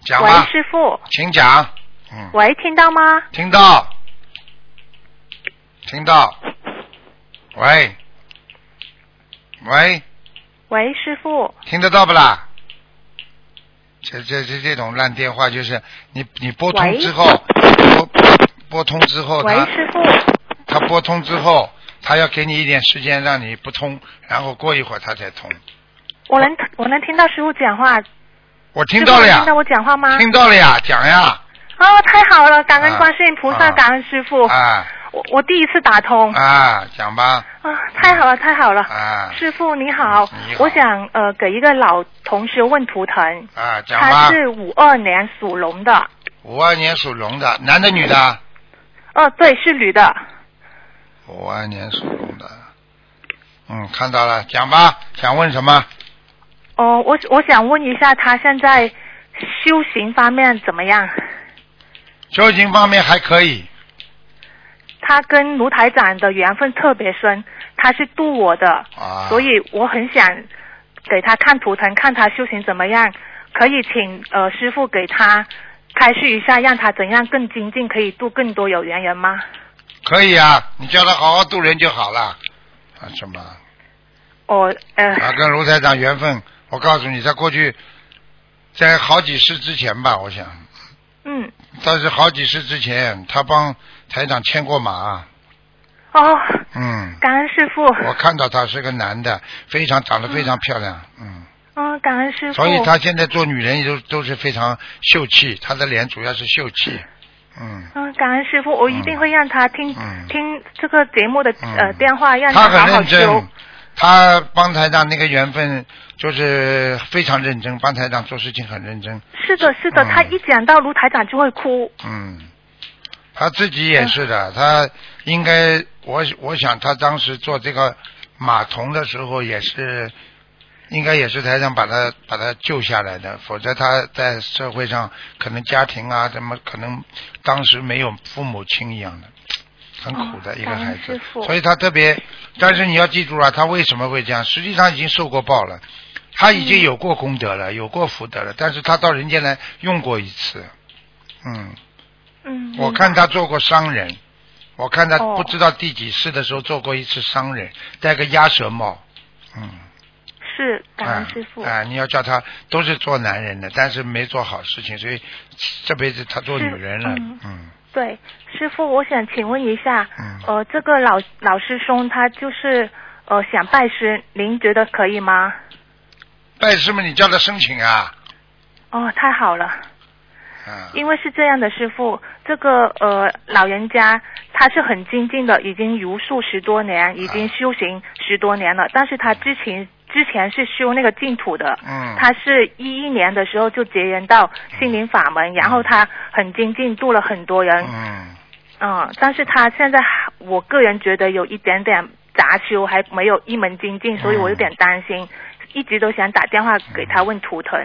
Speaker 2: 讲
Speaker 7: 喂，
Speaker 2: 吧，
Speaker 7: 师傅，
Speaker 2: 请讲，嗯，
Speaker 7: 喂，听到吗？
Speaker 2: 听到，听到，喂，喂，
Speaker 7: 喂，师傅，
Speaker 2: 听得到不啦？这这这这种烂电话就是你你拨通
Speaker 7: 喂
Speaker 2: 之后，拨拨通之后
Speaker 7: 喂，
Speaker 2: 他
Speaker 7: 师傅，
Speaker 2: 他拨通之后，他要给你一点时间让你不通，然后过一会儿他才通。
Speaker 7: 我能我能听到师傅讲话，
Speaker 2: 我听到了
Speaker 7: 师傅
Speaker 2: 呀
Speaker 7: 能听，到我讲话吗？
Speaker 2: 听到了呀，讲呀，
Speaker 7: 哦，太好了，感
Speaker 2: 啊
Speaker 7: 恩观世音菩萨，
Speaker 2: 啊
Speaker 7: 感恩师傅，
Speaker 2: 啊
Speaker 7: 我我第一次打通
Speaker 2: 啊，讲吧，
Speaker 7: 啊，太好了，太好了。
Speaker 2: 啊
Speaker 7: 师傅你好，
Speaker 2: 你好
Speaker 7: 我想呃给一个老同学问图腾，
Speaker 2: 啊，讲
Speaker 7: 他
Speaker 2: 吧。
Speaker 7: 是五二年属龙的，
Speaker 2: 五二年属龙的，男的女的？
Speaker 7: 哦、对，是女的，
Speaker 2: 五二年属龙的，嗯，看到了，讲吧，想问什么？
Speaker 7: 哦，我我想问一下他现在修行方面怎么样？
Speaker 2: 修行方面还可以，
Speaker 7: 他跟卢台长的缘分特别深，他是渡我的，
Speaker 2: 啊，
Speaker 7: 所以我很想给他看图腾，看他修行怎么样。可以请呃师傅给他开示一下，让他怎样更精进，可以渡更多有缘人吗？
Speaker 2: 可以啊，你叫他好好渡人就好了。啊什么？
Speaker 7: 哦呃
Speaker 2: 啊，跟卢台长缘分，我告诉你，在过去，在好几世之前吧，我想，
Speaker 7: 嗯
Speaker 2: 但是好几世之前，他帮台长牵过马。
Speaker 7: 哦，
Speaker 2: 嗯，
Speaker 7: 感恩师傅，
Speaker 2: 我看到他是个男的，非常长得非常漂亮，嗯，
Speaker 7: 嗯感恩师傅，
Speaker 2: 所以他现在做女人也都都是非常秀气，他的脸主要是秀气，嗯，
Speaker 7: 嗯感恩师傅，我一定会让他听、
Speaker 2: 嗯
Speaker 7: 听这个节目的、
Speaker 2: 嗯
Speaker 7: 呃电话，让
Speaker 2: 他
Speaker 7: 好
Speaker 2: 很
Speaker 7: 好
Speaker 2: 认
Speaker 7: 修
Speaker 2: 真。，他帮台长那个缘分就是非常认真，帮台长做事情很认真，
Speaker 7: 是的，是的，
Speaker 2: 嗯
Speaker 7: 他一讲到卢台长就会哭。
Speaker 2: 嗯，他自己
Speaker 7: 嗯
Speaker 2: 也是的，他应该，我我想他当时做这个马童的时候也是，应该也是台上把他把他救下来的，否则他在社会上可能家庭啊什么，可能当时没有父母亲一样的，很苦的
Speaker 7: 哦
Speaker 2: 一个孩子
Speaker 7: 感恩师，父
Speaker 2: 所以他特别，但是你要记住了，他为什么会这样？实际上已经受过报了。他已经有过功德了，
Speaker 7: 嗯
Speaker 2: 有过福德了，但是他到人间来用过一次，嗯，
Speaker 7: 嗯，
Speaker 2: 我
Speaker 7: 明白
Speaker 2: 看他做过商人，我看他
Speaker 7: 哦
Speaker 2: 不知道第几世的时候做过一次商人，戴个鸭舌帽，嗯，
Speaker 7: 是感恩师傅。
Speaker 2: 啊、哎你要叫他都是做男人的，但是没做好事情，所以这辈子他做女人了，
Speaker 7: 是嗯
Speaker 2: 嗯，
Speaker 7: 对，师傅，我想请问一下，
Speaker 2: 嗯
Speaker 7: 呃，这个老老师兄他就是呃想拜师，您觉得可以吗？
Speaker 2: 拜师嘛，你叫他申请啊，
Speaker 7: 哦，太好了，
Speaker 2: 啊，
Speaker 7: 因为是这样的，师傅，这个呃老人家他是很精进的，已经如数十多年，已经修行十多年了，但是他之前之前是修那个净土的，
Speaker 2: 嗯，
Speaker 7: 他是一一年的时候就结缘到心灵法门，然后他很精进，度了很多人，
Speaker 2: 嗯，
Speaker 7: 嗯，但是他现在还我个人觉得有一点点杂修，还没有一门精
Speaker 2: 嗯
Speaker 7: 进，所以我有点担心，一直都想打电话给他问图腾。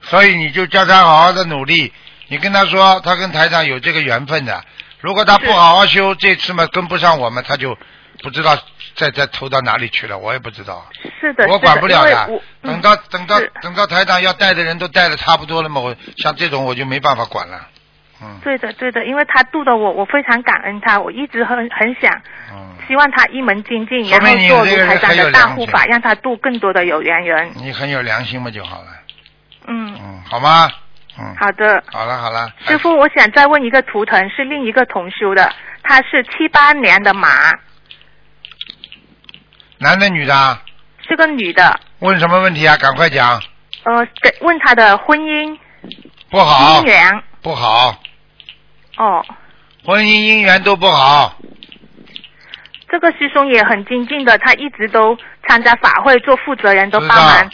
Speaker 2: 所以你就叫他好好的努力，你跟他说，他跟台长有这个缘分的，如果他不好好修，这次嘛跟不上我们，他就不知道再再投到哪里去了，我也不知道啊，
Speaker 7: 是的，
Speaker 2: 我管不了的
Speaker 7: 是的。因为我嗯
Speaker 2: 等到等到
Speaker 7: 是
Speaker 2: 等到台长要带的人都带的差不多了嘛，我像这种我就没办法管了。嗯
Speaker 7: 对的，对的，因为他度的我，我非常感恩他，我一直很很想，
Speaker 2: 嗯，
Speaker 7: 希望他一门精进，
Speaker 2: 说
Speaker 7: 然后
Speaker 2: 明你
Speaker 7: 做
Speaker 2: 这个
Speaker 7: 如台
Speaker 2: 人很
Speaker 7: 长
Speaker 2: 有
Speaker 7: 的
Speaker 2: 良
Speaker 7: 大护
Speaker 2: 心
Speaker 7: 法，让他度更多的有缘人。
Speaker 2: 你很有良心嘛就好了。
Speaker 7: 嗯，
Speaker 2: 嗯，好吗？嗯，
Speaker 7: 好的。
Speaker 2: 好了好了。
Speaker 7: 师傅，我想再问一个图腾，是另一个同修的，他是七八年的马，
Speaker 2: 哎男的女的啊？
Speaker 7: 是个女的，
Speaker 2: 问什么问题啊？赶快讲。
Speaker 7: 呃，给问她的婚姻
Speaker 2: 不好
Speaker 7: 姻，缘，
Speaker 2: 不好，
Speaker 7: 哦，
Speaker 2: 婚姻姻缘都不好。
Speaker 7: 这个师兄也很精进的，他一直都参加法会，做负责人，都
Speaker 2: 知
Speaker 7: 帮
Speaker 2: 道
Speaker 7: 忙，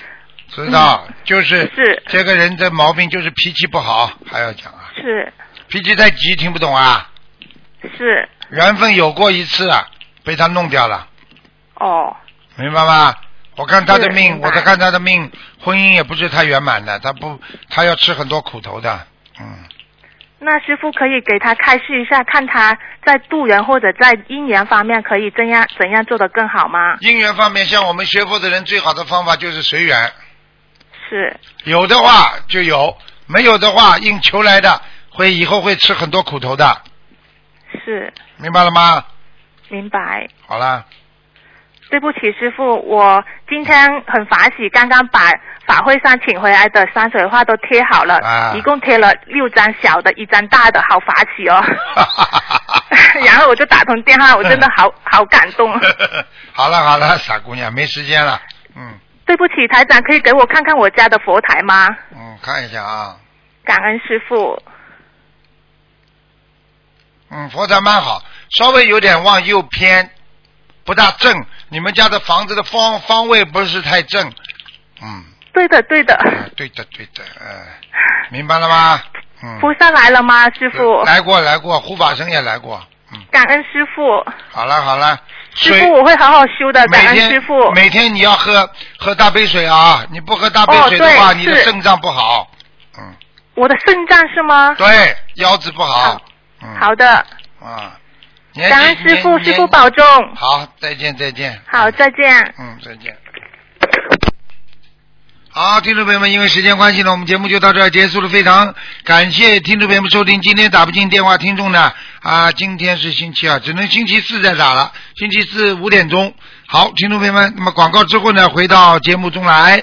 Speaker 2: 知道，就是
Speaker 7: 是
Speaker 2: 这个人的毛病就是脾气不好，还要讲啊，
Speaker 7: 是
Speaker 2: 脾气太急，听不懂啊。
Speaker 7: 是，
Speaker 2: 缘分有过一次啊，被他弄掉了，
Speaker 7: 哦，
Speaker 2: 明白吗？我看他的
Speaker 7: 是
Speaker 2: 命，
Speaker 7: 明白
Speaker 2: 我在看他的命，婚姻也不是太圆满的，他不，他要吃很多苦头的，嗯，
Speaker 7: 那师傅可以给他开示一下，看他在渡人或者在姻缘方面可以怎样怎样做得更好吗？
Speaker 2: 姻缘方面，像我们学佛的人，最好的方法就是随缘，
Speaker 7: 是
Speaker 2: 有的话就有，没有的话硬求来的，会以后会吃很多苦头的，
Speaker 7: 是，
Speaker 2: 明白了吗？
Speaker 7: 明白。
Speaker 2: 好了，
Speaker 7: 对不起，师傅，我今天很法喜，刚刚把法会上请回来的山水画都贴好了，
Speaker 2: 啊
Speaker 7: 一共贴了六张小的，一张大的，好法喜
Speaker 2: *laughs*
Speaker 7: 哦。然后我就打通电话，我真的好 *laughs* 好感
Speaker 2: *laughs*
Speaker 7: 动。
Speaker 2: 好了好了，傻姑娘，没时间了，嗯
Speaker 7: 对不起，台长，可以给我看看我家的佛台吗？
Speaker 2: 嗯，看一下啊，
Speaker 7: 感恩师傅。
Speaker 2: 嗯，佛台蛮好，稍微有点往右偏，不大正。你们家的房子的方方位不是太正，嗯，
Speaker 7: 对的，对的。
Speaker 2: 啊对的对的，嗯、明白了吗？嗯，
Speaker 7: 菩萨来了吗，师傅？
Speaker 2: 来过来过，护法神也来过，嗯，
Speaker 7: 感恩师傅，
Speaker 2: 好了好了，
Speaker 7: 师
Speaker 2: 水
Speaker 7: 傅我会好好修的，
Speaker 2: 每
Speaker 7: 感恩
Speaker 2: 天
Speaker 7: 师傅。
Speaker 2: 每天你要喝喝大杯水啊！你不喝大杯水的
Speaker 7: 哦对
Speaker 2: 话，你的
Speaker 7: 是
Speaker 2: 肾脏不好，嗯，
Speaker 7: 我的肾脏是吗？
Speaker 2: 对，腰子不好
Speaker 7: 好，
Speaker 2: 嗯，
Speaker 7: 好的，
Speaker 2: 啊，年
Speaker 7: 感恩
Speaker 2: 纪
Speaker 7: 师傅，
Speaker 2: 年
Speaker 7: 师傅
Speaker 2: 年
Speaker 7: 保重。
Speaker 2: 好，再见再见，
Speaker 7: 好，再见。
Speaker 2: 嗯，再见。好，听众朋友们，因为时间关系呢，我们节目就到这儿结束了。非常感谢听众朋友们收听。今天打不进电话，听众呢啊，今天是星期二，只能星期四再打了。星期四五点钟。好，听众朋友们，那么广告之后呢，回到节目中来。